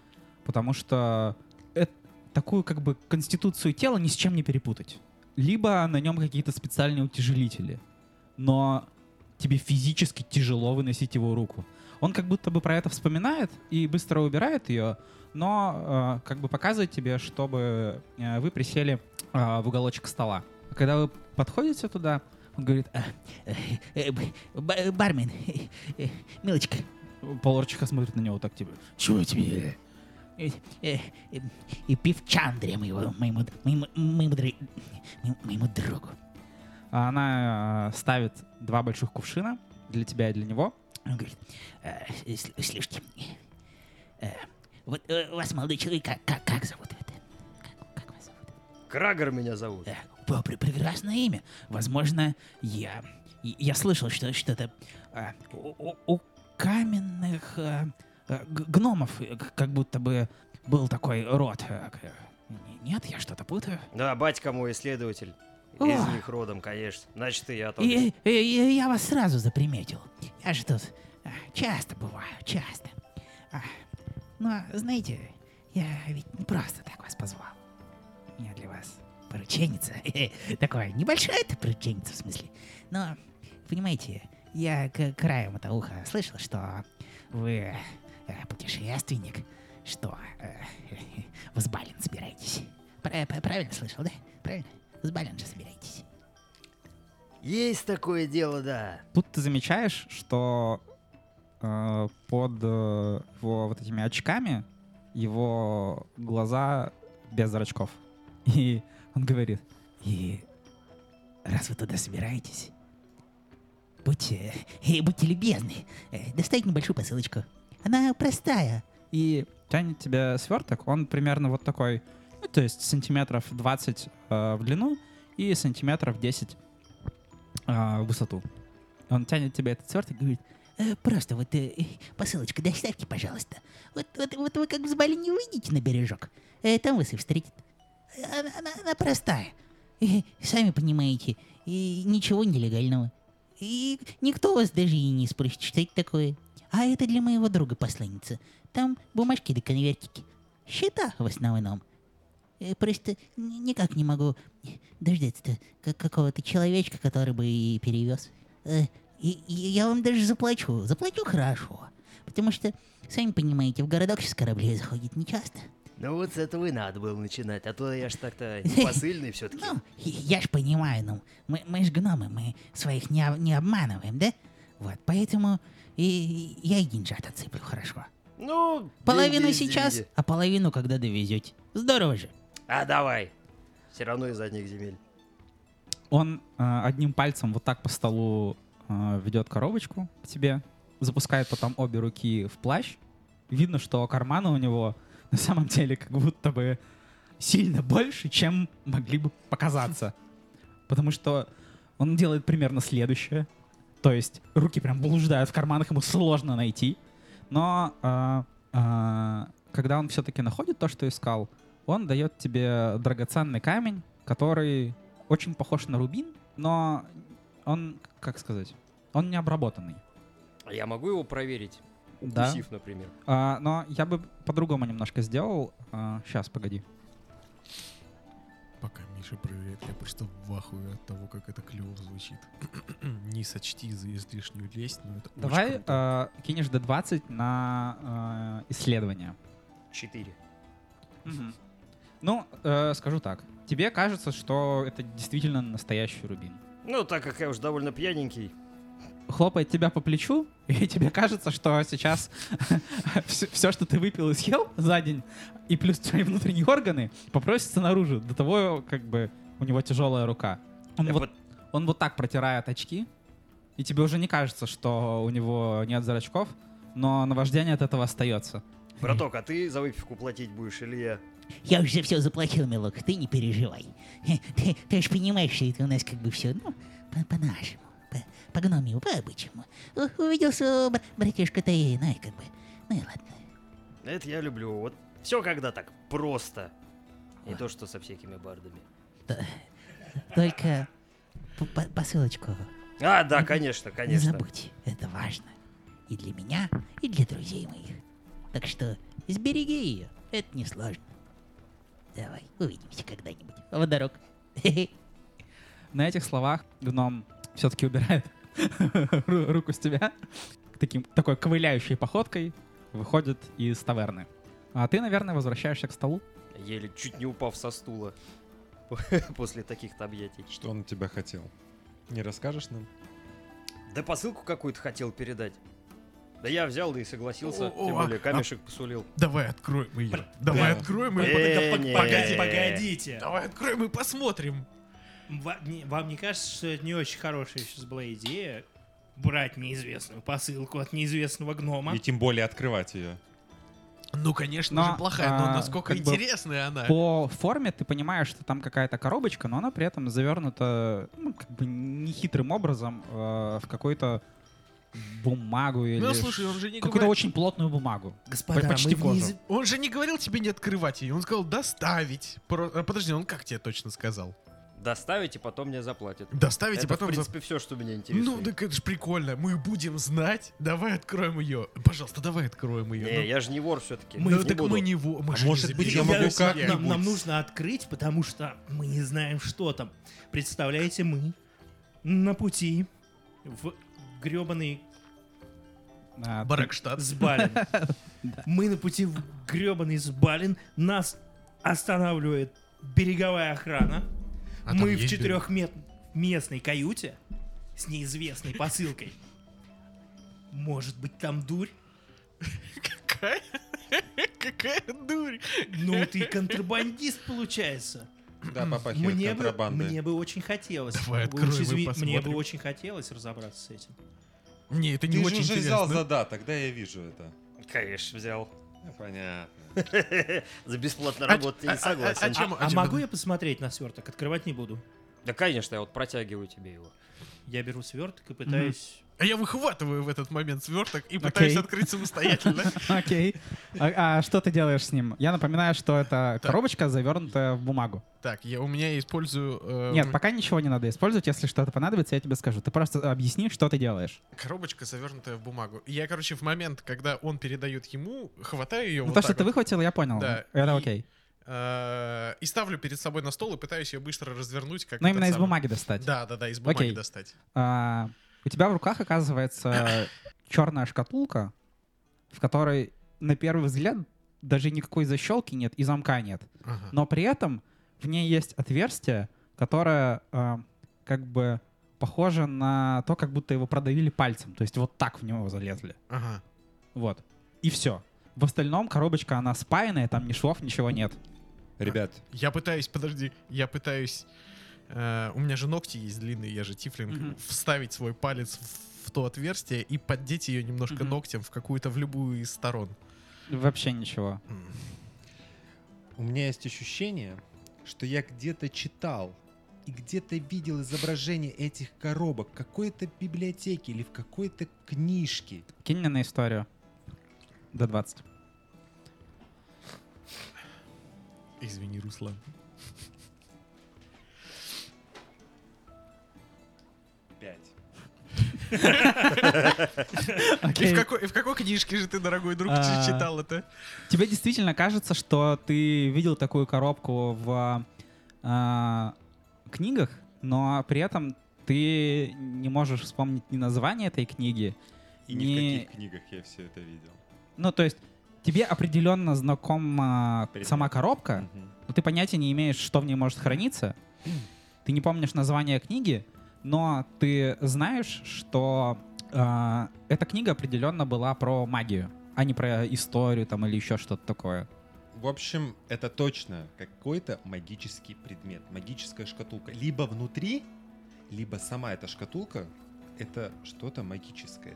потому что э- такую как бы конституцию тела ни с чем не перепутать. Либо на нем какие-то специальные утяжелители, но тебе физически тяжело выносить его руку. Он как будто бы про это вспоминает и быстро убирает ее, но э, как бы показывает тебе, чтобы э, вы присели э, в уголочек стола. А Когда вы подходите туда, он говорит, «Э,
Э, э, б- ба- бармен, э, милочка.
полорчиха смотрит на него так типа, тебе.
Чего тебе? Э, э, э, И пивчандре моего, моему, д- моему, моему, др- моему- моему другу.
А Она э, ставит два больших кувшина для тебя и для него.
Он говорит, «Э, э, сл- слушайте, э, вот э, вас, молодой человек, как, как, как зовут? это? Как, как вас зовут?
Крагер меня зовут.
Э, пр- пр- прекрасное имя. Возможно, я и- я слышал, что что-то а, у, у- у каменных а, а, г- гномов э, к- как будто бы был такой род. э, к- э, н- Нет, я что-то путаю.
Да, батька мой исследователь. Из
О.
них родом, конечно. Значит, и я тоже.
И, и- и я вас сразу заприметил. Я же тут а, часто бываю, часто. А, но знаете, я ведь не просто так вас позвал. У меня для вас порученица. [laughs] Такое небольшое это порученица в смысле. Но, понимаете, я к- краем это уха слышал, что вы э, путешественник, что э, [laughs] в Сбалин собираетесь. Пра- пра- Правильно слышал, да? Правильно? В Сбалин же собираетесь.
Есть такое дело, да.
Тут ты замечаешь, что э, под э, его вот этими очками его глаза без зрачков. И он говорит,
И раз вы туда собираетесь, будьте, [laughs] э, будьте любезны, э, доставьте небольшую посылочку. Она простая.
и тянет тебе сверток. Он примерно вот такой, ну, то есть сантиметров 20 э, в длину и сантиметров 10 э, в высоту. Он тянет тебе этот сверток и говорит,
Э, Просто вот э, э, посылочку доставьте, пожалуйста. Вот, вот, вот вы как в Збалине выйдете на бережок, э, там вас и встретит. Она, она, она простая. Э, Сами понимаете, и ничего нелегального. И никто вас даже и не спросит, что это такое. А это для моего друга посланница. Там бумажки да конвертики. Счета в основном. Э, Просто н- никак не могу дождаться как какого-то человечка, который бы и перевез. Э, и- и я вам даже заплачу. Заплачу хорошо. Потому что, сами понимаете, в городок сейчас корабли заходит нечасто.
Ну вот с этого и надо было начинать, а то я ж так-то не посыльный все-таки.
Ну, я ж понимаю, ну, мы, мы ж гномы, мы своих не, об- не обманываем, да? Вот, поэтому и, и я и деньжат отсыплю, хорошо.
Ну,
Половину
деньги,
сейчас,
деньги.
а половину, когда довезете. Здорово же.
А давай. Все равно из одних земель.
Он э, одним пальцем вот так по столу э, ведет коробочку к тебе, запускает потом обе руки в плащ. Видно, что карманы у него [laughs] на самом деле как будто бы сильно больше, чем могли бы показаться. [laughs] Потому что он делает примерно следующее. То есть руки прям блуждают в карманах, ему сложно найти. Но а, а, когда он все-таки находит то, что искал, он дает тебе драгоценный камень, который очень похож на рубин, но он, как сказать, он не обработанный.
А Я могу его проверить?
Да.
Укусив, например.
А, но я бы по-другому немножко сделал. сейчас, погоди.
Пока Миша проверяет, я просто в ахуе от того, как это клево звучит. [clears throat] Не сочти за излишнюю лесть, но это очень
Давай
круто.
а, кинешь D20 на а, исследование.
Четыре.
Ну, э, скажу так. Тебе кажется, что это действительно настоящий рубин.
Ну, так как я уж довольно пьяненький.
Хлопает тебя по плечу, [laughs] и тебе кажется, что сейчас [laughs] все, что ты выпил и съел за день, и плюс твои внутренние органы, попросятся наружу. До того, как бы, у него тяжелая рука. Он
я
вот,
под-
он вот так протирает очки, и тебе уже не кажется, что у него нет зрачков, но наваждение от этого остается.
Браток, а ты за выпивку платить будешь или я?
Я уже все заплатил, милок, ты не переживай. Ты, ты же понимаешь, что это у нас как бы все, ну, по- по-нашему, по, по, гномию, по-обычному. У- Увидел своего бра- братишку-то и, ну, и как бы, ну и ладно.
Это я люблю. Вот все когда так просто. Не то, что со всякими бардами.
Только п- по- посылочку
А, да, конечно,
не
конечно.
забудь, это важно. И для меня, и для друзей моих. Так что сбереги ее, это несложно. Давай, увидимся когда-нибудь. В дорог.
На этих словах гном все-таки убирает [laughs] ру- руку с тебя. Таким, такой ковыляющей походкой выходит из таверны. А ты, наверное, возвращаешься к столу.
Еле чуть не упав со стула [laughs] после таких-то объятий.
Что он от тебя хотел? Не расскажешь нам?
Да посылку какую-то хотел передать. Да я взял, да и согласился.
О,
Тем
а,
более камешек посулил.
а-
Давай откроем ее. Давай
Да.
откроем ее.
Э,
Да пог-
не.
Погоди, погодите.
Давай откроем и посмотрим.
Ва- не- Вам не кажется, что это не очень хорошая сейчас была идея брать неизвестную посылку от неизвестного гнома?
И тем более открывать ее.
Ну, конечно
Но,
же, плохая, но
а,
насколько
как бы
интересная она.
По форме ты понимаешь, что там какая-то коробочка, но она при этом завернута ну, как бы нехитрым образом э, в какую-то бумагу или
Ну, слушай, он же не
какую-то
говорит-
очень плотную бумагу.
Господа,
Почти
мы в
кожу.
неиз-
Он же не говорил тебе не открывать ее, он сказал доставить. Про- а, Подожди, он как тебе точно сказал?
Доставить и потом мне заплатят.
Доставить
Это,
и потом...
в
за-
принципе, все, что меня интересует.
Ну, так это же прикольно. Мы будем знать. Давай откроем ее. Пожалуйста, давай откроем ее.
Не, я же не вор все-таки.
ну, Мы, так мы не во... мы
А
же не
может быть, я
заберем.
могу
Я-
как-
нам- нам,
как-нибудь.
нужно открыть, потому что мы не знаем, что там. Представляете, мы на пути в гребаный
А, ты-
Баракштадт. [laughs]
Сбалин. Мы на пути в гребаный Сбалин. Нас останавливает береговая охрана.
А там
Мы в
есть
четырехместной каюте с неизвестной посылкой. Может быть, там дурь?
Какая? [laughs] Какая дурь.
Ну, ты контрабандист, получается.
Да, попахивает
Мне бы,
контрабандой.
мне бы очень хотелось.
Давай
Вы
откроем
уж
и
изви- мне
посмотрим.
бы очень хотелось разобраться с этим.
Не, это
Ты
не
же
очень
уже взял
интересно.
за да, тогда я вижу это.
Конечно, взял.
Ну, Понятно.
[laughs] За бесплатно работать я не
А
согласен.
чем-
а
а чем-
могу я посмотреть на сверток? Открывать не буду.
Да, конечно, я вот протягиваю тебе его.
Я беру сверток и пытаюсь...
А я выхватываю в этот момент сверток и пытаюсь
Окей.
открыть самостоятельно.
[laughs]
[laughs]
Окей. А, а что ты делаешь с ним? Я напоминаю, что это коробочка, завернутая в бумагу.
Так, я у меня использую... э,
Нет, пока ничего не надо использовать. Если что-то понадобится, я тебе скажу. Ты просто объясни, что ты делаешь.
Коробочка, завернутая в бумагу. И Я, короче, в момент, когда он передает ему, хватаю ее
Ну,
вот
то,
так
что ты
вот,
выхватил, я понял.
Да,
Это
и-
окей.
э, и ставлю перед собой на стол и пытаюсь ее быстро развернуть. как
Но
этот
Ну, именно из
самый-
бумаги достать.
Да, да, да, из бумаги
Окей.
достать.
А, у тебя в руках оказывается черная шкатулка, в которой на первый взгляд даже никакой защелки нет и замка нет.
Ага.
Но при этом в ней есть отверстие, которое э, как бы похоже на то, как будто его продавили пальцем. То есть вот так в него залезли.
ага.
Вот. И все. В остальном коробочка, она спаянная, там ни швов, ничего нет.
А, Ребят,
Я пытаюсь, подожди, я пытаюсь. э, у меня же ногти есть длинные, я же тифлинг.
Мгм.
Вставить свой палец в, в то отверстие и поддеть ее немножко
Мгм.
ногтем в какую-то в любую из сторон.
Вообще ничего.
М.
у меня есть ощущение, что я где-то читал и где-то видел изображение этих коробок в какой-то библиотеке или в какой-то книжке.
Кинь мне на историю. До 20.
Извини, Руслан.
5.
И в,
Окей.
какой, и в какой книжке же ты, дорогой друг,
А.
читал это?
Тебе действительно кажется, что ты видел такую коробку в а, книгах, но при этом ты не можешь вспомнить ни название этой книги,
И ни
Не-
в каких книгах я все это видел.
Ну, то есть тебе определенно знакома
Предмет.
сама коробка,
Мгм.
но ты понятия не имеешь, что в ней может храниться. Ты не помнишь название книги, но ты знаешь, что э, эта книга определенно была про магию, а не про историю там или еще что-то такое.
В общем, это точно какой-то магический предмет, магическая шкатулка. Либо внутри, либо сама эта шкатулка — это что-то магическое.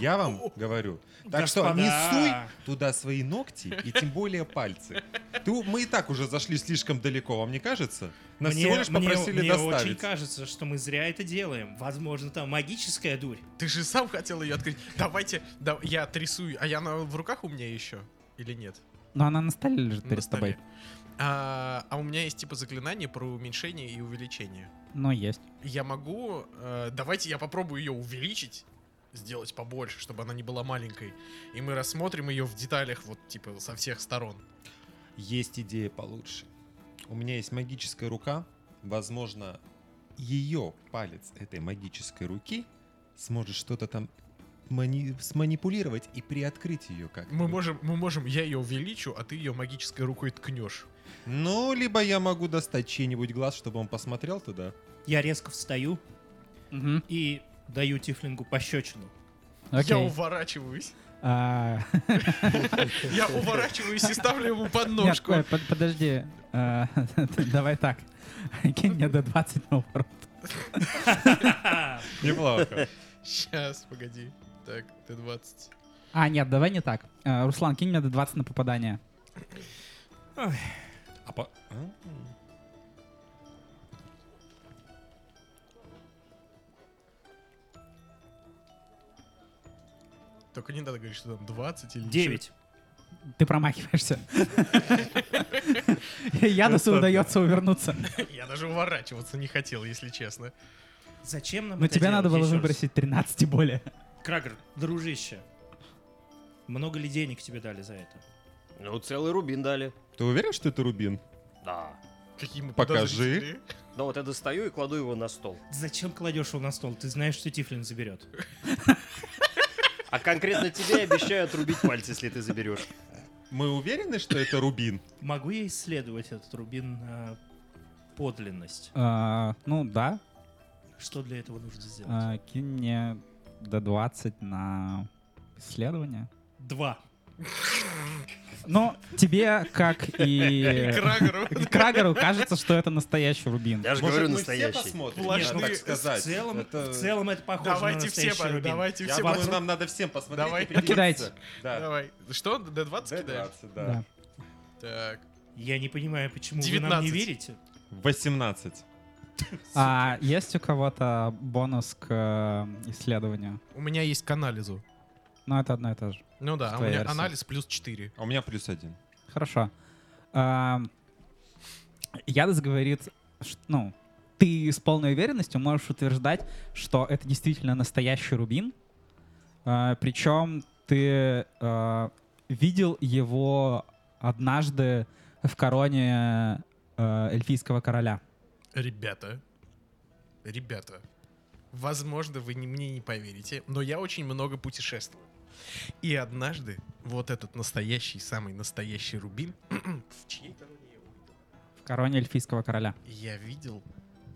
Я вам говорю. Так что не суй
Господа.
туда свои ногти и тем более пальцы. Ты- мы и так уже зашли слишком далеко, вам не кажется? Нас
Мне-
всего лишь
мне-
попросили
мне очень
доставить.
кажется, что мы зря это делаем. Возможно, там магическая дурь.
Ты же сам хотел ее открыть. Давайте, да, я трясую. А я на, в руках у меня еще? Или нет?
Но она на столе лежит
На
перед тобой.
столе. А, а у меня есть типа заклинание про уменьшение и увеличение.
Но есть.
Я могу... э, давайте я попробую ее увеличить, сделать побольше, чтобы она не была маленькой. И мы рассмотрим ее в деталях, вот типа со всех сторон.
Есть идея получше. У меня есть магическая рука. Возможно, ее палец этой магической руки сможет что-то там мани- сманипулировать и приоткрыть ее как
Мы можем, мы можем, я ее увеличу, а ты ее магической рукой ткнешь.
Ну, либо я могу достать чей-нибудь глаз, чтобы он посмотрел туда.
Я резко встаю
Мгм.
и даю Тифлингу пощечину.
Я
Окей.
уворачиваюсь.
[laughs] А,
Я уворачиваюсь и ставлю ему
нет,
подножку.
ой, под- Подожди. А, [laughs] Давай так. Кинь мне до 20 на ворот.
Неплохо.
Сейчас, погоди. Так, Т20.
А, нет, давай не так. А, Руслан, кинь мне до 20 на попадание.
А по- а?
Только не надо говорить, что там 20 или
Девять.
Ты промахиваешься. [laughs] Янусу удается увернуться.
чё. [laughs] Я даже уворачиваться не хотел, если честно.
Зачем нам
Но
это
тебе
делать?
надо было
Еще раз.
выбросить 13 и более.
Крагер, дружище, много ли денег тебе дали за это?
Ну, целый рубин дали.
Ты уверен, что это рубин?
Да.
Какие мы
Покажи.
подозрители.
Но вот я достаю и кладу его на стол.
Зачем кладешь его на стол? Ты знаешь, что Тифлинг заберет.
А конкретно тебе обещаю отрубить пальцы, если ты заберешь.
Мы уверены, что это рубин?
Могу я исследовать этот рубин на подлинность?
А, Ну да.
Что для этого нужно сделать?
А, Кинь мне до 20 на исследование.
Два.
Ну, тебе, как
[laughs] И
и
Крагеру.
Крагеру, кажется, что это настоящий рубин.
Я же
Может,
говорю
мы все
настоящий.
посмотрим?
Нет,
Надо
ну,
так
в
сказать.
В целом,
Это-
в целом это похоже
Давайте
на
все,
настоящий рубин.
давайте
Я
все.
думаю,
под-
нам надо всем посмотреть.
Давай.
и определиться.
Кидайте.
Да.
Давай. Что, Д20 кидаем?
20, да.
Так.
Я не понимаю, почему вы нам
19.
не верите.
18.
А есть у кого-то бонус к э, исследованию?
У меня есть к анализу.
Ну, это одно и то же.
Ну да, а у
Твоя
меня
версия.
анализ плюс 4.
А у меня плюс один.
Хорошо. Ам, Ядос говорит, ш- ну, ты с полной уверенностью можешь утверждать, что это действительно настоящий рубин. А, Причем ты а, видел его однажды в короне а, эльфийского короля.
Ребята, ребята, возможно, вы не- мне не поверите, но я очень много путешествую. И однажды вот этот настоящий, самый настоящий рубин, [clears throat] в чьей короне я увидел?
В короне эльфийского короля.
я видел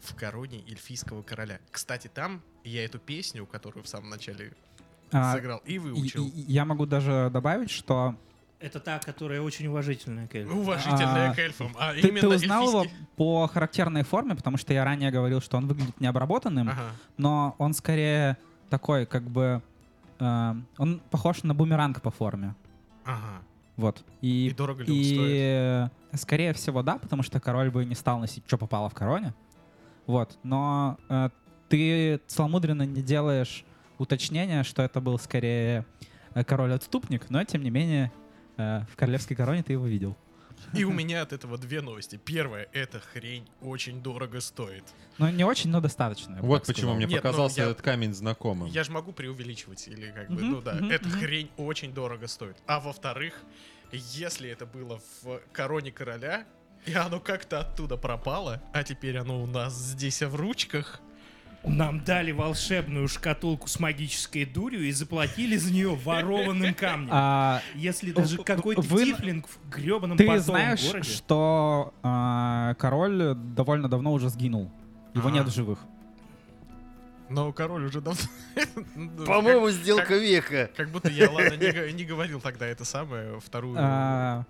в короне эльфийского короля. Кстати, там я эту песню, которую в самом начале
А,
сыграл, и
и-
выучил.
и- и я могу даже добавить, что
Это та, которая очень уважительная к
Ну.
эльфам.
Уважительная
А,
к эльфам. А
ты,
именно
ты узнал
эльфийский-
его по характерной форме, потому что я ранее говорил, что он выглядит необработанным,
Ага.
но он скорее такой, как бы, э, он похож на бумеранг по форме.
Ага.
Вот. И,
И дорого ли он
и, скорее всего, да, потому что король бы не стал носить, что попало в короне. Вот. Но э, ты целомудренно не делаешь уточнение, что это был скорее э, король-отступник, но тем не менее э, в королевской короне ты его видел.
И у меня от этого две новости. Первая, эта хрень очень дорого стоит.
Но Ну, не очень, но достаточно. я бы
Вот
так
почему
сказал.
мне
Нет, ну,
показался
я-
этот камень знакомым.
Я же могу преувеличивать, или как бы,
Мгм,
ну да,
мгм,
эта
мгм.
хрень очень дорого стоит. А во-вторых, если это было в короне короля, и оно как-то оттуда пропало, а теперь оно у нас здесь в ручках.
Нам дали волшебную шкатулку с магической дурью и заплатили за нее ворованным камнем.
А,
Если даже какой-то
Вы-
тифлинг в гребаном
ты
потом
знаешь,
городе...
что э, король довольно давно уже сгинул. Его
А.
нет в живых.
Но король уже давно... [laughs] Ну,
По-моему, сделка века.
как- Как будто я, ладно,
[laughs]
не г- не говорил тогда это самое, вторую...
А,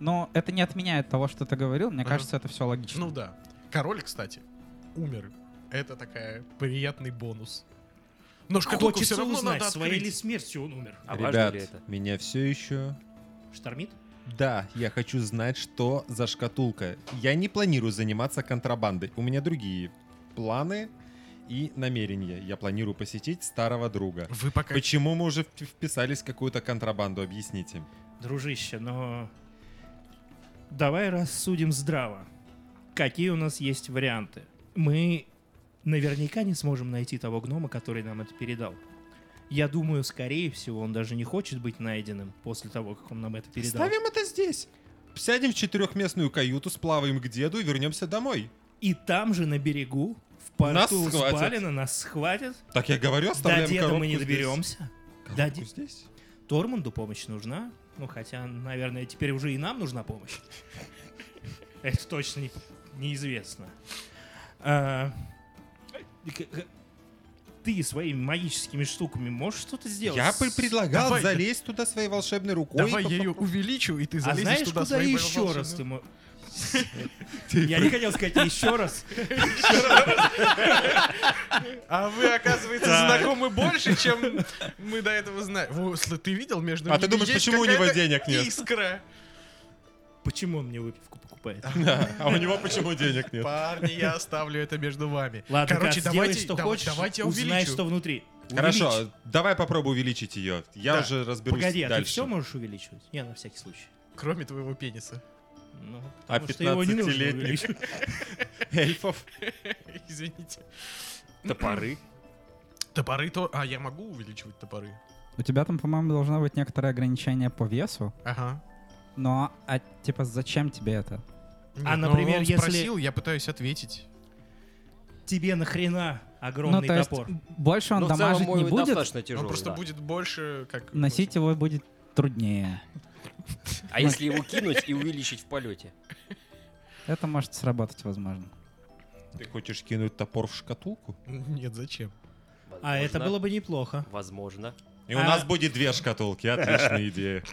Но это не отменяет того, что ты говорил. Мне
Ага.
кажется, это все логично.
Ну да. Король, кстати, умер. Это такая приятный бонус. Но шкатулку все
Хочется
равно
узнать,
надо
своей ли
открыть.
смертью он умер.
А важно
Ребят,
ли это?
меня все еще...
Штормит?
Да, я хочу знать, что за шкатулка. Я не планирую заниматься контрабандой. У меня другие планы и намерения. Я планирую посетить старого друга.
Ну,
Вы пока...
Почему мы уже вп- вписались в какую-то контрабанду? Объясните.
Дружище, но... Давай рассудим здраво. Какие у нас есть варианты? Мы наверняка не сможем найти того гнома, который нам это передал. Я думаю, скорее всего, он даже не хочет быть найденным после того, как он нам это передал.
Ставим это здесь. Сядем в четырехместную каюту, сплаваем к деду и вернемся домой.
И там же на берегу, в порту
Нас схватят.
Спалина, нас схватят.
Так я говорю,
До
оставляем
деда мы не
коробку здесь.
доберемся. До
Коробку
де-
здесь?
Тормунду помощь нужна. Ну, хотя, наверное, теперь уже и нам нужна помощь. Это точно не- неизвестно. А, э, к- к- Ты своими магическими штуками можешь что-то сделать?
Я бы предлагал
Давай, да-
залезть туда своей волшебной рукой.
Давай
и
я
поп-
ее увеличу, и ты
А
залезешь
знаешь,
туда
куда
своей
еще
волшебной-
раз
[laughs]
ты мо- Я не хотел сказать еще раз.
А вы, оказывается,
Так.
знакомы больше, чем мы до этого знали. Во, сл- Ты видел между
А ты
ними
думаешь,
есть
почему у него
какая-то
денег нет?
Искра.
Почему он мне выпивку покупает?
Да, А у него почему денег нет?
Парни, я оставлю это между вами.
Ладно,
Короче,
Кас,
давайте,
делай, что
давай-
хочешь,
давайте я
узнай,
увеличу.
что внутри. Увеличь.
Хорошо, давай попробую увеличить ее. Я
Да.
уже разберусь
Погоди, а ты
дальше.
все можешь увеличивать? Я на всякий случай.
Кроме твоего пениса.
Ну,
А
потому что его не нужно
15-летний?
увеличивать.
Эльфов.
[laughs] Извините.
Топоры.
[clears throat] Топоры то... А, я могу увеличивать топоры?
У тебя там, по-моему, должно быть некоторое ограничение по весу.
Ага.
Но, а типа, зачем тебе это?
Нет,
А,
ну,
например,
он
если-
спросил, я пытаюсь ответить.
Тебе нахрена
ну,
огромный
то есть,
топор?
больше
Ну,
он
Но Ну, в целом
дамажить
мой
не будет,
достаточно
Он
тяжелый.
просто
да.
будет больше, как... ну,
носить его будет труднее.
А если его кинуть и увеличить в полете?
Это может сработать, возможно.
Ты хочешь кинуть топор в шкатулку?
[laughs] Нет, зачем?
А это
Возможно.
было бы неплохо.
Возможно.
И у
А-
нас будет две
[laughs]
шкатулки. Отличная идея.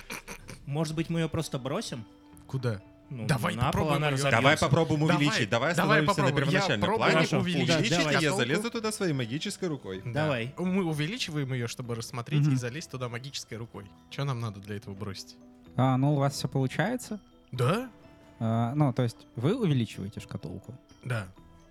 Может быть, мы ее просто бросим?
Куда?
Ну,
Давай
на пол
попробуем
она
её.
разобьется.
Давай попробуем
Давай,
увеличить. Давай
давай
остановимся на
попробуем. Я
первоначальном
пробую
плане.
Хорошо.
Увеличить, а
Да,
и я
давай.
залезу туда своей магической рукой.
Да.
Давай.
Мы увеличиваем ее, чтобы рассмотреть,
Мгм.
и залезть туда магической рукой. Что нам надо для этого бросить?
А, ну, у вас все получается.
Да?
А, ну, то есть, вы увеличиваете шкатулку.
Да.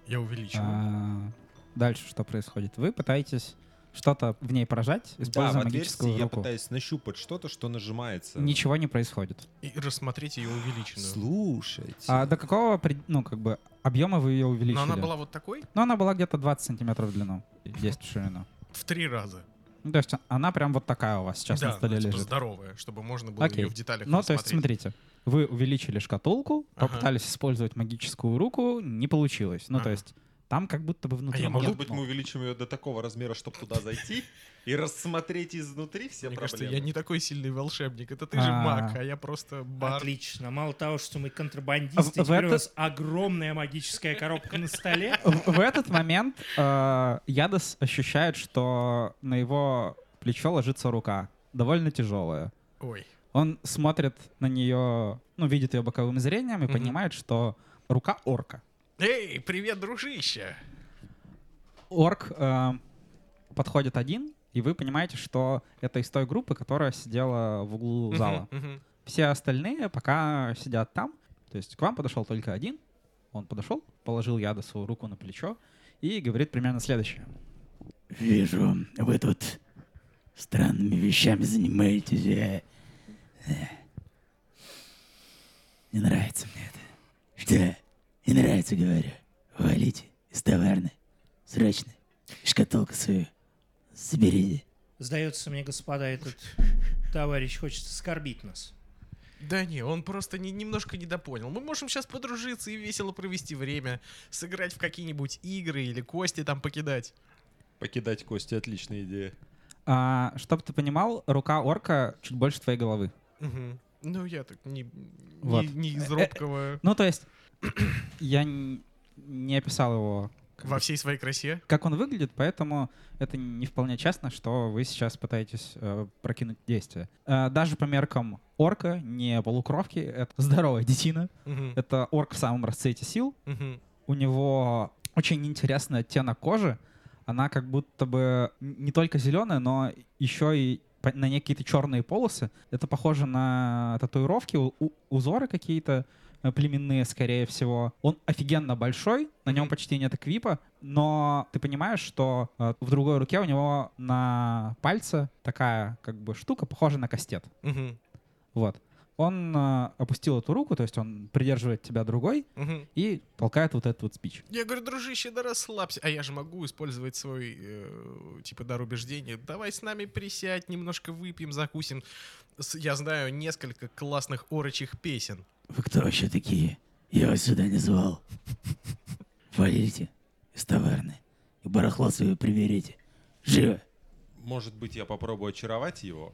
Я увеличиваю.
А, дальше что происходит? Вы пытаетесь что-то в ней поражать,
Да,
используя
в
магическую
отверстии я
руку.
пытаюсь э, нащупать что-то, что нажимается.
Ничего не происходит.
И рассмотреть ее увеличенную.
Слушайте.
А до какого, при- ну, как бы, объема вы ее увеличили?
Но она была вот такой
Ну, она была где-то 20 сантиметров в длину, и 10 в ширину.
в три раза.
Ну, то есть она прям вот такая у вас сейчас
да,
на столе
она, типа,
лежит.
здоровая, чтобы можно было
Окей.
ее в деталях
Ну, то есть,
рассмотреть.
смотрите, вы увеличили шкатулку,
Ага.
попытались использовать магическую руку, не получилось. Ну, то
Ага. А
есть Там как будто бы внутри...
я
нет,
могу
Может быть,
ну,
мы увеличим ее до такого размера, чтобы туда зайти [laughs] и рассмотреть изнутри все
Мне кажется,
проблемы.
я не такой сильный волшебник. Это ты же
А.
маг, а я просто бар.
Отлично. Мало того, что мы контрабандисты,
А в- в
теперь у
это-
нас огромная магическая коробка на столе.
В в этот момент э, Ядос ощущает, что на его плечо ложится рука, довольно тяжелая.
Ой.
Он смотрит на нее, ну, видит ее боковым зрением и
Мгм.
понимает, что рука орка.
Эй, привет, дружище!
Орк э, подходит один, и вы понимаете, что это из той группы, которая сидела в углу зала.
Мгм, мгм.
Все остальные пока сидят там. То есть к вам подошел только один. Он подошел, положил яда свою руку на плечо и говорит примерно следующее.
Вижу, вы тут странными вещами занимаетесь. э. Э. Не нравится мне это. Что? Не нравится, говорю. Валите из товарной. Срочно. Шкатулку свою. Соберите.
Сдается мне, господа, этот товарищ хочет оскорбить нас.
Да не, он просто не- немножко недопонял. Мы можем сейчас подружиться и весело провести время, сыграть в какие-нибудь игры или кости там покидать.
Покидать кости отличная идея.
А, чтоб ты понимал, рука орка чуть больше твоей головы.
Мгм. Ну, я так не, не-
Вот.
не из робкого
Ну, то есть, [clears throat] я н- не описал его, как,
во всей своей красе.
как он выглядит, поэтому это не вполне честно, что вы сейчас пытаетесь э, прокинуть действие. Э, даже по меркам орка, не полукровки, это [laughs] здоровая детина.
Мгм,
Это орк в самом расцвете сил.
мгм.
У него очень интересный оттенок кожи. Она как будто бы н- не только зеленая, но еще и по- на ней какие-то черные полосы. Это похоже на татуировки, у- у- узоры какие-то э, племенные, скорее всего. Он офигенно большой, на нем
Мгм.
почти нет эквипа, но ты понимаешь, что э, в другой руке у него на пальце такая как бы штука, похожая на кастет.
Мгм,
Вот. Он э, опустил эту руку, то есть он придерживает тебя другой
мгм.
и толкает вот этот вот спич.
Я говорю, дружище, да расслабься. А я же могу использовать свой, э, типа, дар убеждения. Давай с нами присядь, немножко выпьем, закусим. С- я знаю несколько классных орочих песен.
Вы кто вообще такие? Я вас сюда не звал. Валите из товарной. И барахло свое приберите. Живо.
Может быть, я попробую очаровать его?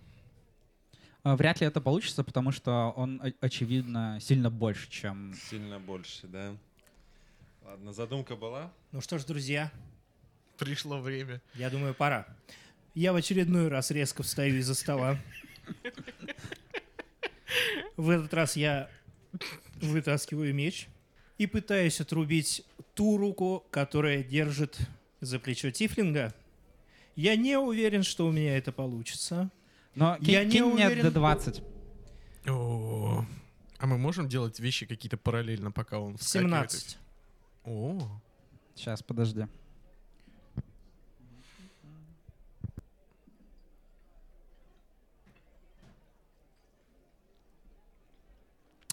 А, Вряд ли это получится, потому что он, о- очевидно, сильно больше, чем...
Сильно больше, да? Ладно, задумка была.
Ну что ж, друзья,
Пришло время.
я думаю, пора. Я в очередной раз резко встаю из-за стола. В этот раз я вытаскиваю меч и пытаюсь отрубить ту руку, которая держит за плечо Тифлинга. Я не уверен, что у меня это получится.
Но
Я
кинь,
не
кинь мне
уверен.
D20.
О, а мы можем делать вещи какие-то параллельно, пока он вскакивает?
17.
О,
Сейчас, подожди.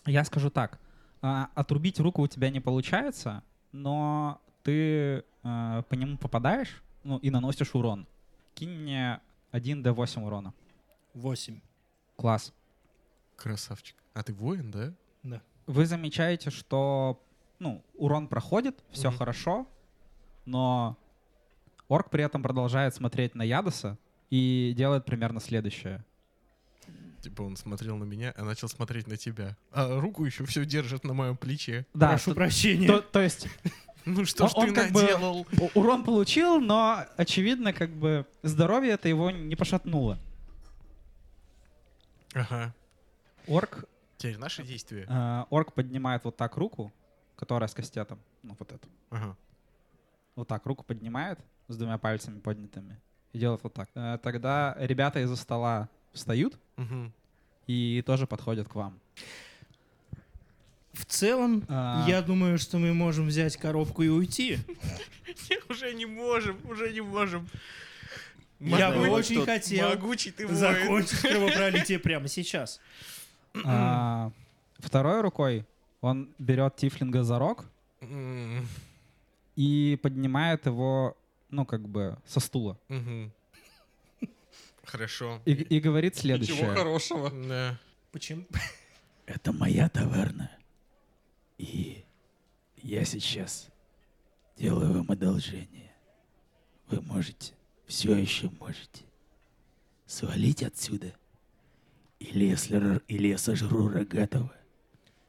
Я скажу так. а, Отрубить руку у тебя не получается, но ты э, по нему попадаешь ну, и наносишь урон. Кинь мне 1d8 урона.
8.
Класс.
красавчик. А ты воин, да?
вы замечаете, что ну, урон проходит, все
Мгм.
хорошо, но орк при этом продолжает смотреть на Ядоса и делает примерно следующее.
Типа он смотрел на меня, а начал смотреть на тебя. А руку еще все держит на моем плече.
Да,
Прошу
то-
прощения.
то, то есть
Ну что ж
А Он-
ты
он как бы-
наделал?
у- урон получил, но очевидно, как бы здоровье это его не пошатнуло.
Ага.
Орк,
Теперь наши действия.
э, орк поднимает вот так руку, которая с кастетом, ну вот эту,
Ага.
вот так руку поднимает с двумя пальцами поднятыми и делает вот так. Э, тогда ребята из-за стола встают
Мгм.
и тоже подходят к вам.
В целом,
А.
я думаю, что мы можем взять коробку и уйти.
[laughs] Уже не можем, уже не можем.
Я бы
Могу-
вот
очень
тут
хотел
Могучий ты воин.
закончить кровопролитие прямо сейчас.
А, Второй рукой он берет Тифлинга за рог
М,
и поднимает его, ну, как бы, со стула.
мгм. Хорошо.
И, и говорит
Ничего
следующее.
хорошего.
Да.
Почему?
Это моя таверна. И я сейчас Делаю вам одолжение. Вы можете, все еще можете, свалить отсюда. Или, если, р- или я сожру рогатого.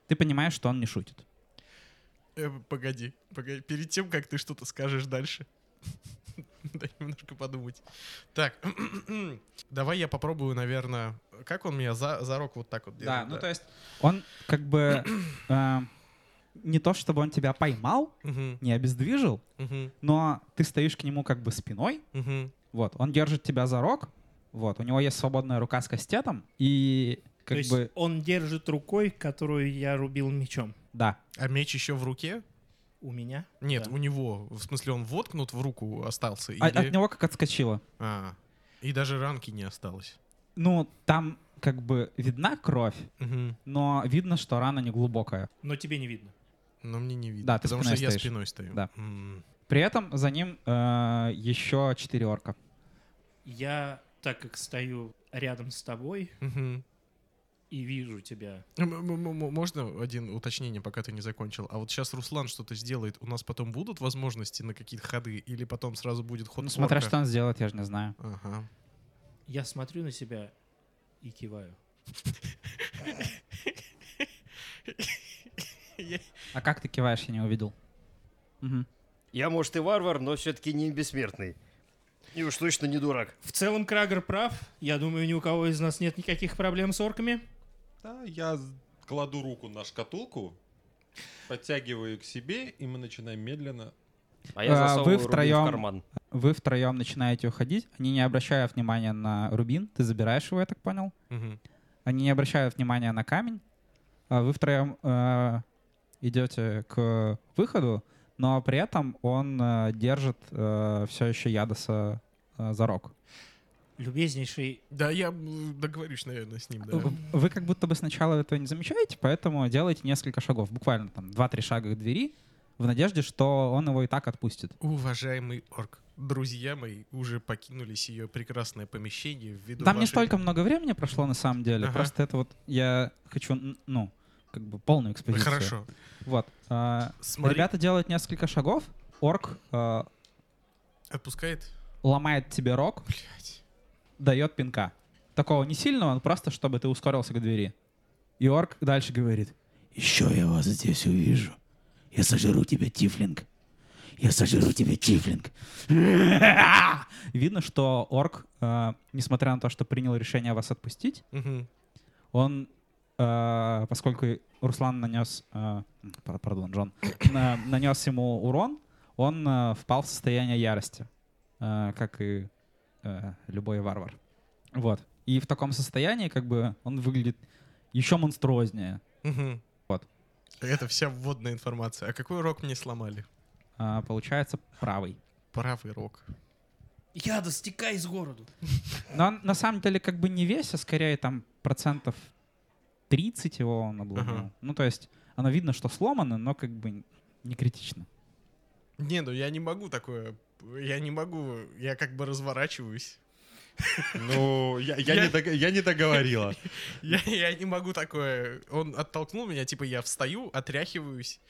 Ты понимаешь, что он не шутит.
Э, погоди, погоди. Перед тем, как ты что-то скажешь дальше, [laughs] дай немножко подумать. Так, [clears throat] давай я попробую, наверное, как он меня за, за рог вот так вот
Да,
держит?
ну то есть он как бы э, не то чтобы он тебя поймал,
Мгм,
не обездвижил,
мгм,
но ты стоишь к нему как бы спиной.
мгм.
Вот, он держит тебя за рог. Вот, у него есть свободная рука с кастетом и
То
как
есть
бы
он держит рукой, которую я рубил мечом.
да.
А меч еще в руке?
У меня?
Нет,
Да.
у него. В смысле, он воткнут в руку остался?
А-
или-
От него как отскочило.
А, и даже ранки не осталось.
Ну там как бы видна кровь,
Мгм.
но видно, что рана не глубокая.
Но тебе не видно.
Но мне не видно.
Да, ты
потому что
спиной
я
стоишь.
спиной стою.
Да.
М.
При этом за ним э, еще четыре орка.
Я, так как стою рядом с тобой
Мгм.
и вижу тебя,
М- м- м- м- Можно один уточнение, пока ты не закончил? А вот сейчас Руслан что-то сделает. У нас потом будут возможности на какие-то ходы? Или потом сразу будет ход
Ну, смотря
орка?
что он сделает, я же не знаю.
Ага.
я смотрю на себя и киваю.
А как ты киваешь, я не увидел. Мгм.
Я, может, и варвар, но все-таки не бессмертный. И уж точно не дурак.
В целом Крагер прав. Я думаю, ни у кого из нас нет никаких проблем с орками.
Да, я с- кладу руку на шкатулку, подтягиваю ее к себе, и мы начинаем медленно.
А
А,
я
вы
засовываю рубин
втроём-
в карман.
Вы втроем начинаете уходить, они не обращая внимания на рубин, ты забираешь его, я так понял.
Мгм.
Они не обращают внимания на камень. А Вы втроем э, идете к выходу, но при этом он э, держит все еще Ядоса э, за рог.
Любезнейший,
Да, я м, договорюсь, наверное, с ним, да.
В- Вы как будто бы сначала этого не замечаете, поэтому делаете несколько шагов, буквально там 2-3 шага к двери, в надежде, что он его и так отпустит.
Уважаемый орк, друзья мои уже покинули ее прекрасное помещение ввиду
Там не
вашей-
столько много времени прошло на самом деле,
Ага.
просто это вот я хочу, н- ну, как бы полную экспозицию.
Хорошо.
Вот. а,
Смотри,
Ребята делают несколько шагов, орк а,
отпускает?
ломает тебе рог,
Блять.
дает пинка. Такого не сильного, но просто чтобы ты ускорился к двери. И орк дальше говорит.
Еще я вас здесь увижу. Я сожру тебя, Тифлинг. Я сожру тебя, Тифлинг.
Видно, что орк, а, несмотря на то, что принял решение вас отпустить,
Мгм.
он, э, поскольку Руслан нанес, э, пар- пардон, Джон, на- нанес ему урон, он э, впал в состояние ярости, э, как и э, любой варвар. Вот. И в таком состоянии, как бы, он выглядит еще монструознее.
Мгм.
Вот.
Это вся вводная информация. А какой рог мне сломали?
А, получается, правый.
Правый рог.
яда, стекай из городу.
Но он, на самом деле как бы не весь, а скорее там процентов 30 его он обломил.
Ага.
Ну, то есть, оно видно, что сломано, но как бы не критично.
Не, ну я не могу такое. Я не могу. Я как бы разворачиваюсь.
Ну, я, я
Я-
не, дог- я не договорила.
Я, я не могу такое. Он оттолкнул меня, типа я встаю, отряхиваюсь.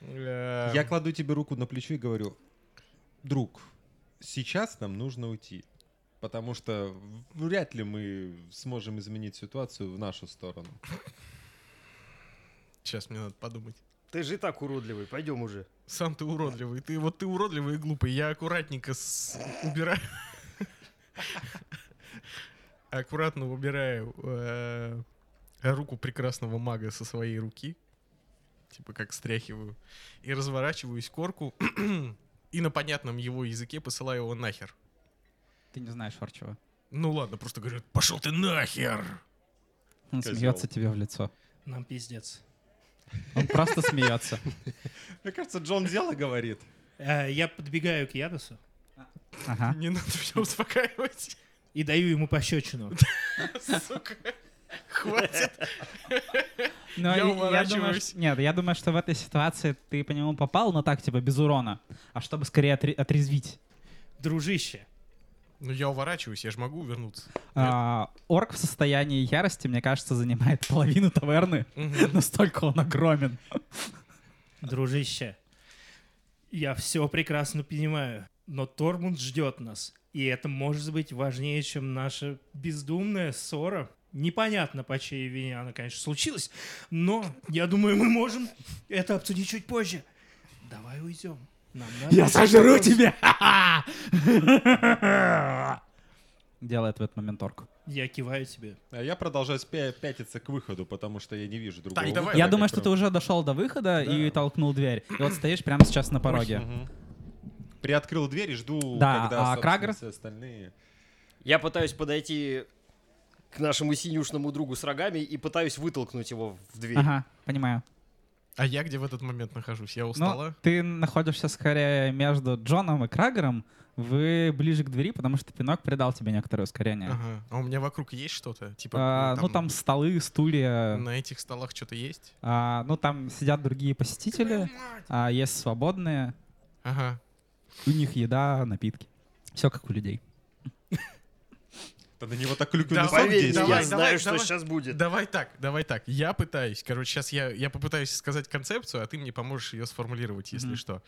Э,
Я кладу тебе руку на плечо и говорю, друг, сейчас нам нужно уйти, потому что вряд ли мы сможем изменить ситуацию в нашу сторону.
Сейчас мне надо подумать.
Ты же и так уродливый, пойдем уже.
Сам ты уродливый. Ты вот ты уродливый и глупый. Я аккуратненько с- убираю. Аккуратно убираю э, руку прекрасного мага со своей руки. Типа как стряхиваю. И разворачиваюсь к орку. И на понятном его языке посылаю его нахер.
Ты не знаешь Орчева.
Ну ладно, просто говорю, пошел ты нахер!
Он
Козёл.
смеется тебе в лицо.
Нам пиздец.
Он
[laughs]
просто смеется.
Мне кажется, Джон дело говорит.
Э, Я подбегаю к Ядосу
Ага.
Не надо меня успокаивать,
и даю
[laughs]
ему пощечину.
сука. Хватит.
Ну,
Я
и- и думаю,
уворачиваюсь.
что- нет, я думаю, что в этой ситуации ты по нему попал, но так, типа, без урона. А чтобы скорее отре- отрезвить.
Дружище,
Ну я уворачиваюсь, я же могу вернуться.
А, орк в состоянии ярости, мне кажется, занимает [laughs] половину таверны. Настолько он огромен.
дружище, Я все прекрасно понимаю, но Тормунд ждет нас. И это может быть важнее, чем наша бездумная ссора. Непонятно, по чьей вине она, конечно, случилась, но я думаю, мы можем это обсудить чуть позже. Давай уйдем. Нам надо решить вопрос.
[laughs] тебя! Делает в этот момент орк.
Я киваю тебе.
А я продолжаю спя- пятиться к выходу, потому что я не вижу другого.
Так, давай,
выхода,
Я
как
думаю, что ты
кроме-
уже дошел до выхода и
Да.
толкнул дверь. И вот стоишь прямо сейчас на пороге.
Мгм. Приоткрыл дверь и жду,
Да,
когда,
а
собственно,
Крагер?
все остальные.
Я пытаюсь подойти к нашему синюшному другу с рогами и пытаюсь вытолкнуть его в дверь.
Ага, понимаю.
А я где в этот момент нахожусь? Я
Ну,
устала?
ты находишься скорее между Джоном и Крагером. Вы ближе к двери, потому что пинок придал тебе некоторое ускорение.
Ага. А у меня вокруг есть что-то? Типа,
А, ну, там э, столы, стулья.
на этих столах что-то есть?
А, ну, там сидят другие посетители, а, есть свободные,
Ага.
у них еда, напитки. Все как у людей.
Ты на него так клюкнул
Да,
на самом
поверь,
Поверь,
деле.
давай,
я знаю,
давай,
что
давай.
сейчас будет.
Давай так, давай так. Я пытаюсь, короче, сейчас я, я попытаюсь сказать концепцию, а ты мне поможешь ее сформулировать, если
Мгм.
что.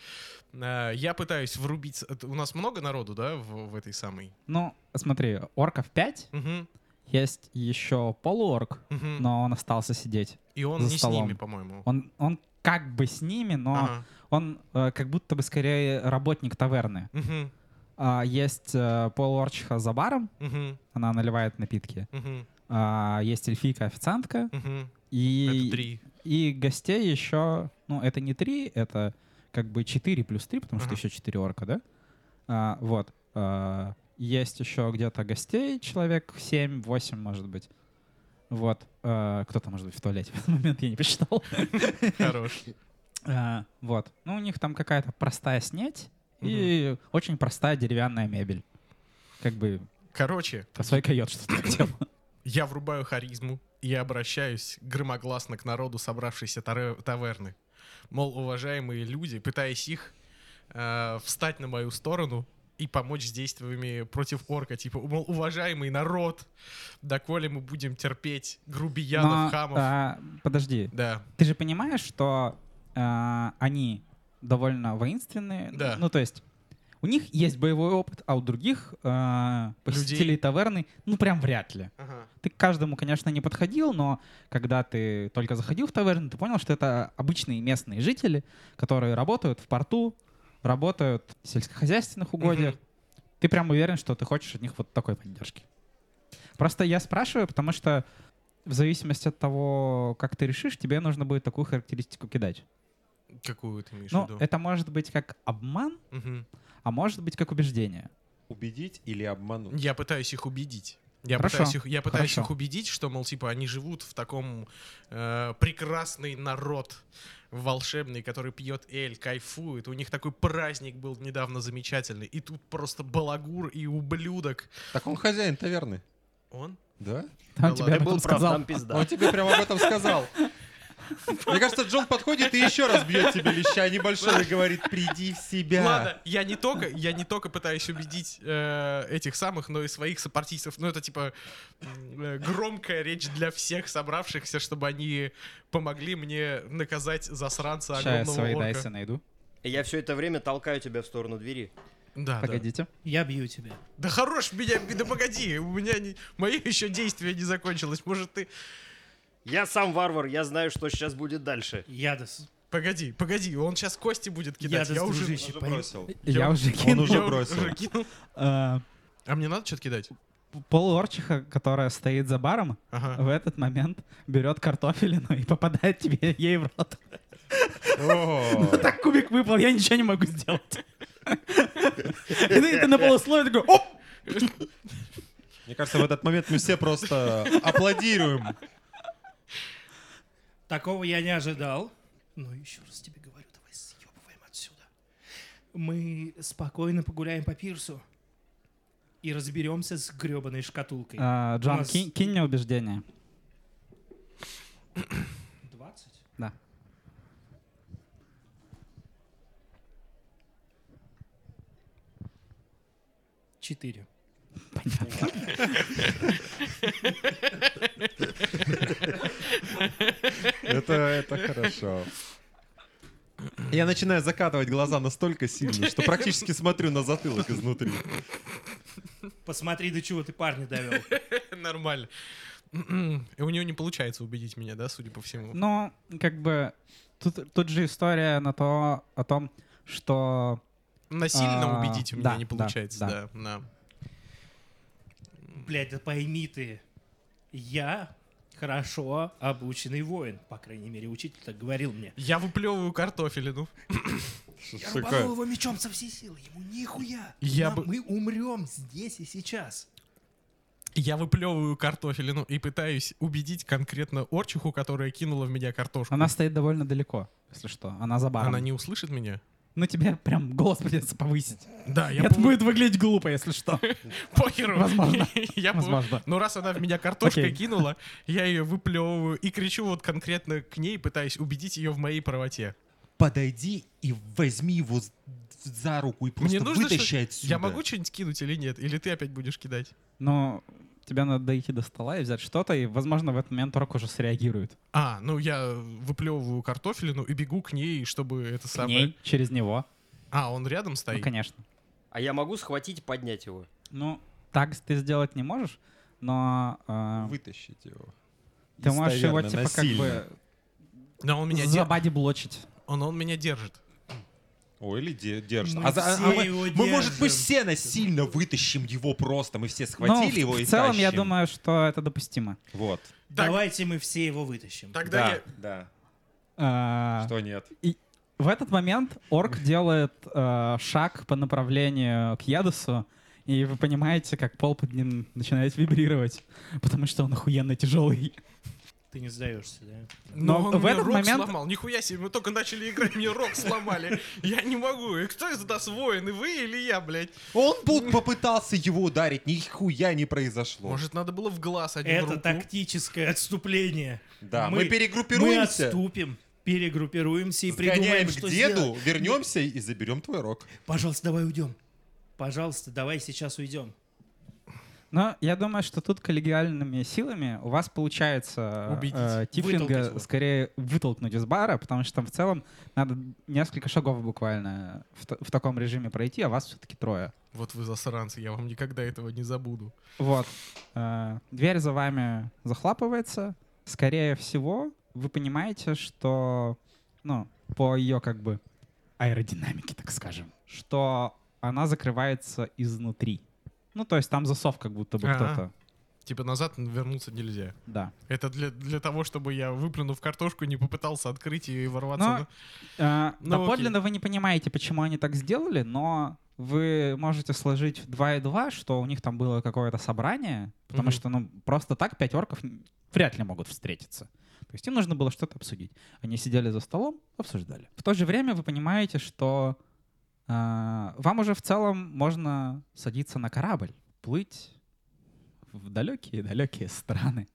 А, Я пытаюсь врубить... с- это- У нас много народу, да, в, в этой самой?
Ну, смотри, орков 5,
Мгм,
есть еще полуорк,
мгм.
но он остался сидеть.
И он
за
не с
столом.
ними, по-моему.
Он, он как бы с ними, но
Ага,
он э, как будто бы скорее работник таверны.
мгм,
А, есть э, полуорчиха за баром,
мгм,
она наливает напитки.
мгм,
А, есть эльфийка-официантка.
мгм.
И
Это три.
И гостей еще, ну, это не 3, это как бы 4 плюс 3, потому
Ага.
что еще 4 орка, да? А, вот. А, есть еще где-то гостей, человек 7-8, может быть. Вот. А, кто-то, может быть, в туалете в этот момент, я не посчитал.
Хорош.
А, вот. Ну, у них там какая-то простая снеть и очень простая деревянная мебель. Как бы
Короче,
свой койот что-то хотел.
я врубаю харизму и обращаюсь громогласно к народу собравшейся таре- таверны. Мол, уважаемые люди, пытаясь их э, встать на мою сторону и помочь с действиями против орка. Типа, мол, уважаемый народ, доколе мы будем терпеть грубиянов,
Но,
хамов.
а, подожди,
Да.
Ты же понимаешь, что э, они довольно воинственные.
Да.
Ну, то есть, у них есть боевой опыт, а у других э, посетителей
Людей.
таверны, ну, прям вряд ли.
Ага.
Ты к каждому, конечно, не подходил, но когда ты только заходил в таверну, ты понял, что это обычные местные жители, которые работают в порту, работают в сельскохозяйственных угодьях.
Мгм.
Ты прям уверен, что ты хочешь от них вот такой поддержки. Просто я спрашиваю, потому что в зависимости от того, как ты решишь, тебе нужно будет такую характеристику кидать.
Какую ты имеешь в
Ну,
виду?
это может быть как обман,
Мгм.
а может быть как убеждение.
Убедить или обмануть?
Я пытаюсь их убедить. Я
Хорошо.
пытаюсь, их, я пытаюсь
Хорошо.
их убедить, что, мол, типа, они живут в таком э, прекрасный народ волшебный, который пьет эль, кайфует. У них такой праздник был недавно замечательный. И тут просто балагур и ублюдок.
Так он хозяин таверны.
Он?
Да?
Да
Там
ладно.
тебе
Я
об
Ты был
этом
прав,
сказал.
там пизда.
Он тебе прямо об этом сказал. Мне кажется, Джон подходит и еще раз бьет тебе леща небольшой и говорит, приди в себя.
Ну Ладно, я не только, я не только пытаюсь убедить э, этих самых, но и своих сопартийцев. Ну, это типа м, э, громкая речь для всех собравшихся, чтобы они помогли мне наказать засранца
Ща я
огромного
свои
орка.
дайсы найду.
Я все это время толкаю тебя в сторону двери.
Да, да.
Погодите.
Я бью тебя.
Да хорош меня, да погоди, у меня не, мое еще действие не закончилось. Может ты...
Я сам варвар, я знаю, что сейчас будет дальше.
Ядос.
Погоди, погоди, он сейчас кости будет кидать.
Ядос,
Я уже...
дружище,
Он же
пойдем.
бросил.
Я уже
Он
кинул.
уже
я
бросил.
уже кинул.
Э,
А мне надо что-то кидать?
Полуорчиха, которая стоит за баром,
Ага. [laughs]
в этот момент берет картофелину и попадает тебе ей в рот.
О,
Так кубик выпал, я ничего не могу сделать. И ты, ты на полусловие такой, оп!
Мне кажется, в этот момент мы все просто аплодируем.
Такого я не ожидал. Но еще раз тебе говорю, давай съебываем отсюда. Мы спокойно погуляем по пирсу и разберемся с гребаной шкатулкой.
А,
У
Джон,
нас-
кинь, кинь мне убеждение.
20?
Да.
Четыре.
Это, это хорошо. Я начинаю закатывать глаза настолько сильно, что практически смотрю на затылок изнутри.
Посмотри, до чего ты парня довел.
Нормально. И у нее не получается убедить меня, да, судя по всему.
Ну, как бы тут, тут же история на то о том, что
Насильно
а,
убедить у меня
да,
не
да,
получается, да.
да.
да.
Блядь, да пойми ты, я хорошо обученный воин. По крайней мере, учитель так говорил мне.
Я выплевываю картофелину.
Я рубанул его мечом со всей силы. Ему нихуя.
Я
Нам-
бы-
Мы умрем здесь и сейчас.
Я выплевываю картофелину и пытаюсь убедить конкретно Орчиху, которая кинула в меня картошку.
она стоит довольно далеко, если что. Она за баром.
Она не услышит меня?
Ну, тебе прям голос придется повысить.
Да, я
Это
пов-
будет выглядеть глупо, если что.
похеру.
Возможно.
[laughs] Я пов-
Возможно.
Но раз она в меня картошкой
Окей.
кинула, я ее выплевываю и кричу вот конкретно к ней, пытаясь убедить ее в моей правоте.
Подойди и возьми его з- за руку и
Мне
просто
нужно,
вытащи
что-
отсюда.
Я могу что-нибудь кинуть или нет? Или ты опять будешь кидать?
Но тебе надо дойти до стола и взять что-то, и, возможно, в этот момент Рок уже среагирует.
А, ну я выплевываю картофелину и бегу к ней, чтобы это
К
самое...
ней, через него.
А, он рядом
Ну,
стоит?
конечно.
А я могу схватить и поднять его?
Ну, так ты сделать не можешь, но э,
Вытащить его.
ты можешь его,
Достоверно,
типа,
насильно.
как бы
Но он меня, дер-
забадиблочить.
он, он меня держит.
Ой, или де- держит.
Мы
А за- а
все
мы,
его
мы, может быть,
держим.
все насильно вытащим его просто. Мы все
Ну,
схватили его
в,
и
в целом, я
тащим.
думаю, что это допустимо.
Вот.
Так.
Давайте мы все его вытащим.
Тогда я...
да,
А?
Э,
Что нет?
В этот момент орк делает э, шаг по направлению к Ядосу, и вы понимаете, как пол под ним начинает вибрировать, потому что он охуенно тяжелый.
Ты не сдаешься, да?
Но,
Но
он
в
мне
этот
рог
момент-
сломал. Нихуя себе, мы только начали играть, мне рог
[laughs]
сломали. Я не могу. И кто из нас воин, и вы или я, блядь?
Он тут попытался его ударить, нихуя не произошло.
Может, надо было в глаз один
Это
руку?
тактическое отступление.
да, мы,
Мы
перегруппируемся,
отступим, перегруппируемся и
сгоняем
придумаем,
к
что
деду,
сделать.
вернемся и заберем твой рог.
Пожалуйста, давай уйдем. Пожалуйста, давай сейчас уйдем.
Но я думаю, что тут коллегиальными силами у вас получается
Убедить.
э, Тифлинга
Вытолкать его.
скорее вытолкнуть из бара, потому что в целом надо несколько шагов буквально в, та- в таком режиме пройти, а вас все-таки трое.
Вот вы засранцы, я вам никогда этого не забуду.
Вот. Э, Дверь за вами захлапывается. Скорее всего, вы понимаете, что, ну, по ее как бы аэродинамике, так скажем, что она закрывается изнутри. Ну, то есть там засов как будто бы
Ага.
кто-то.
Типа назад вернуться нельзя.
Да.
Это для, для того, чтобы я, выплюнув картошку, не попытался открыть ее и ворваться.
Но,
на-
э,
Ну, окей.
доподлинно вы не понимаете, почему они так сделали, но вы можете сложить 2 и 2, что у них там было какое-то собрание, потому
Мгм.
что ну, просто так пять орков м, вряд ли могут встретиться. То есть им нужно было что-то обсудить. Они сидели за столом, обсуждали. В то же время вы понимаете, что э, вам уже в целом можно садиться на корабль, плыть в далекие-далекие страны.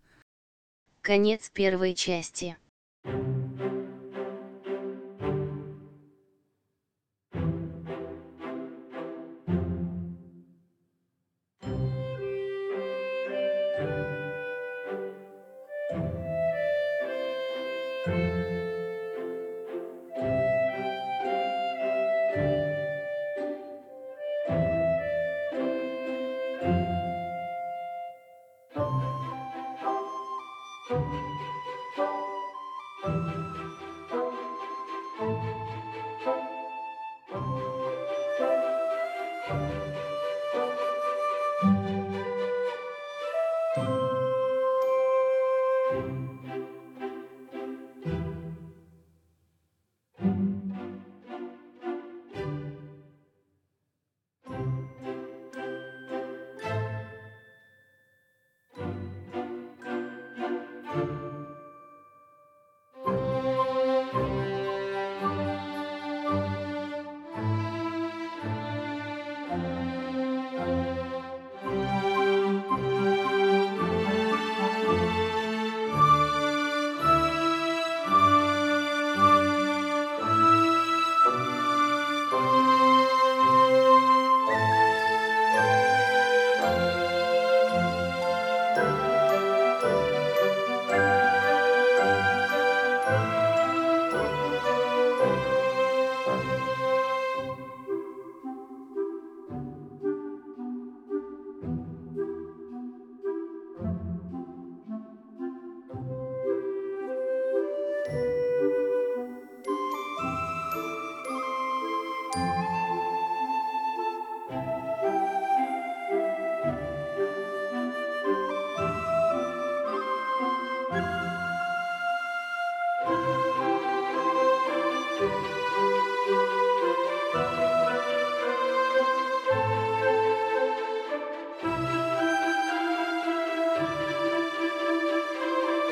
Конец первой части.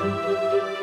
Thank you.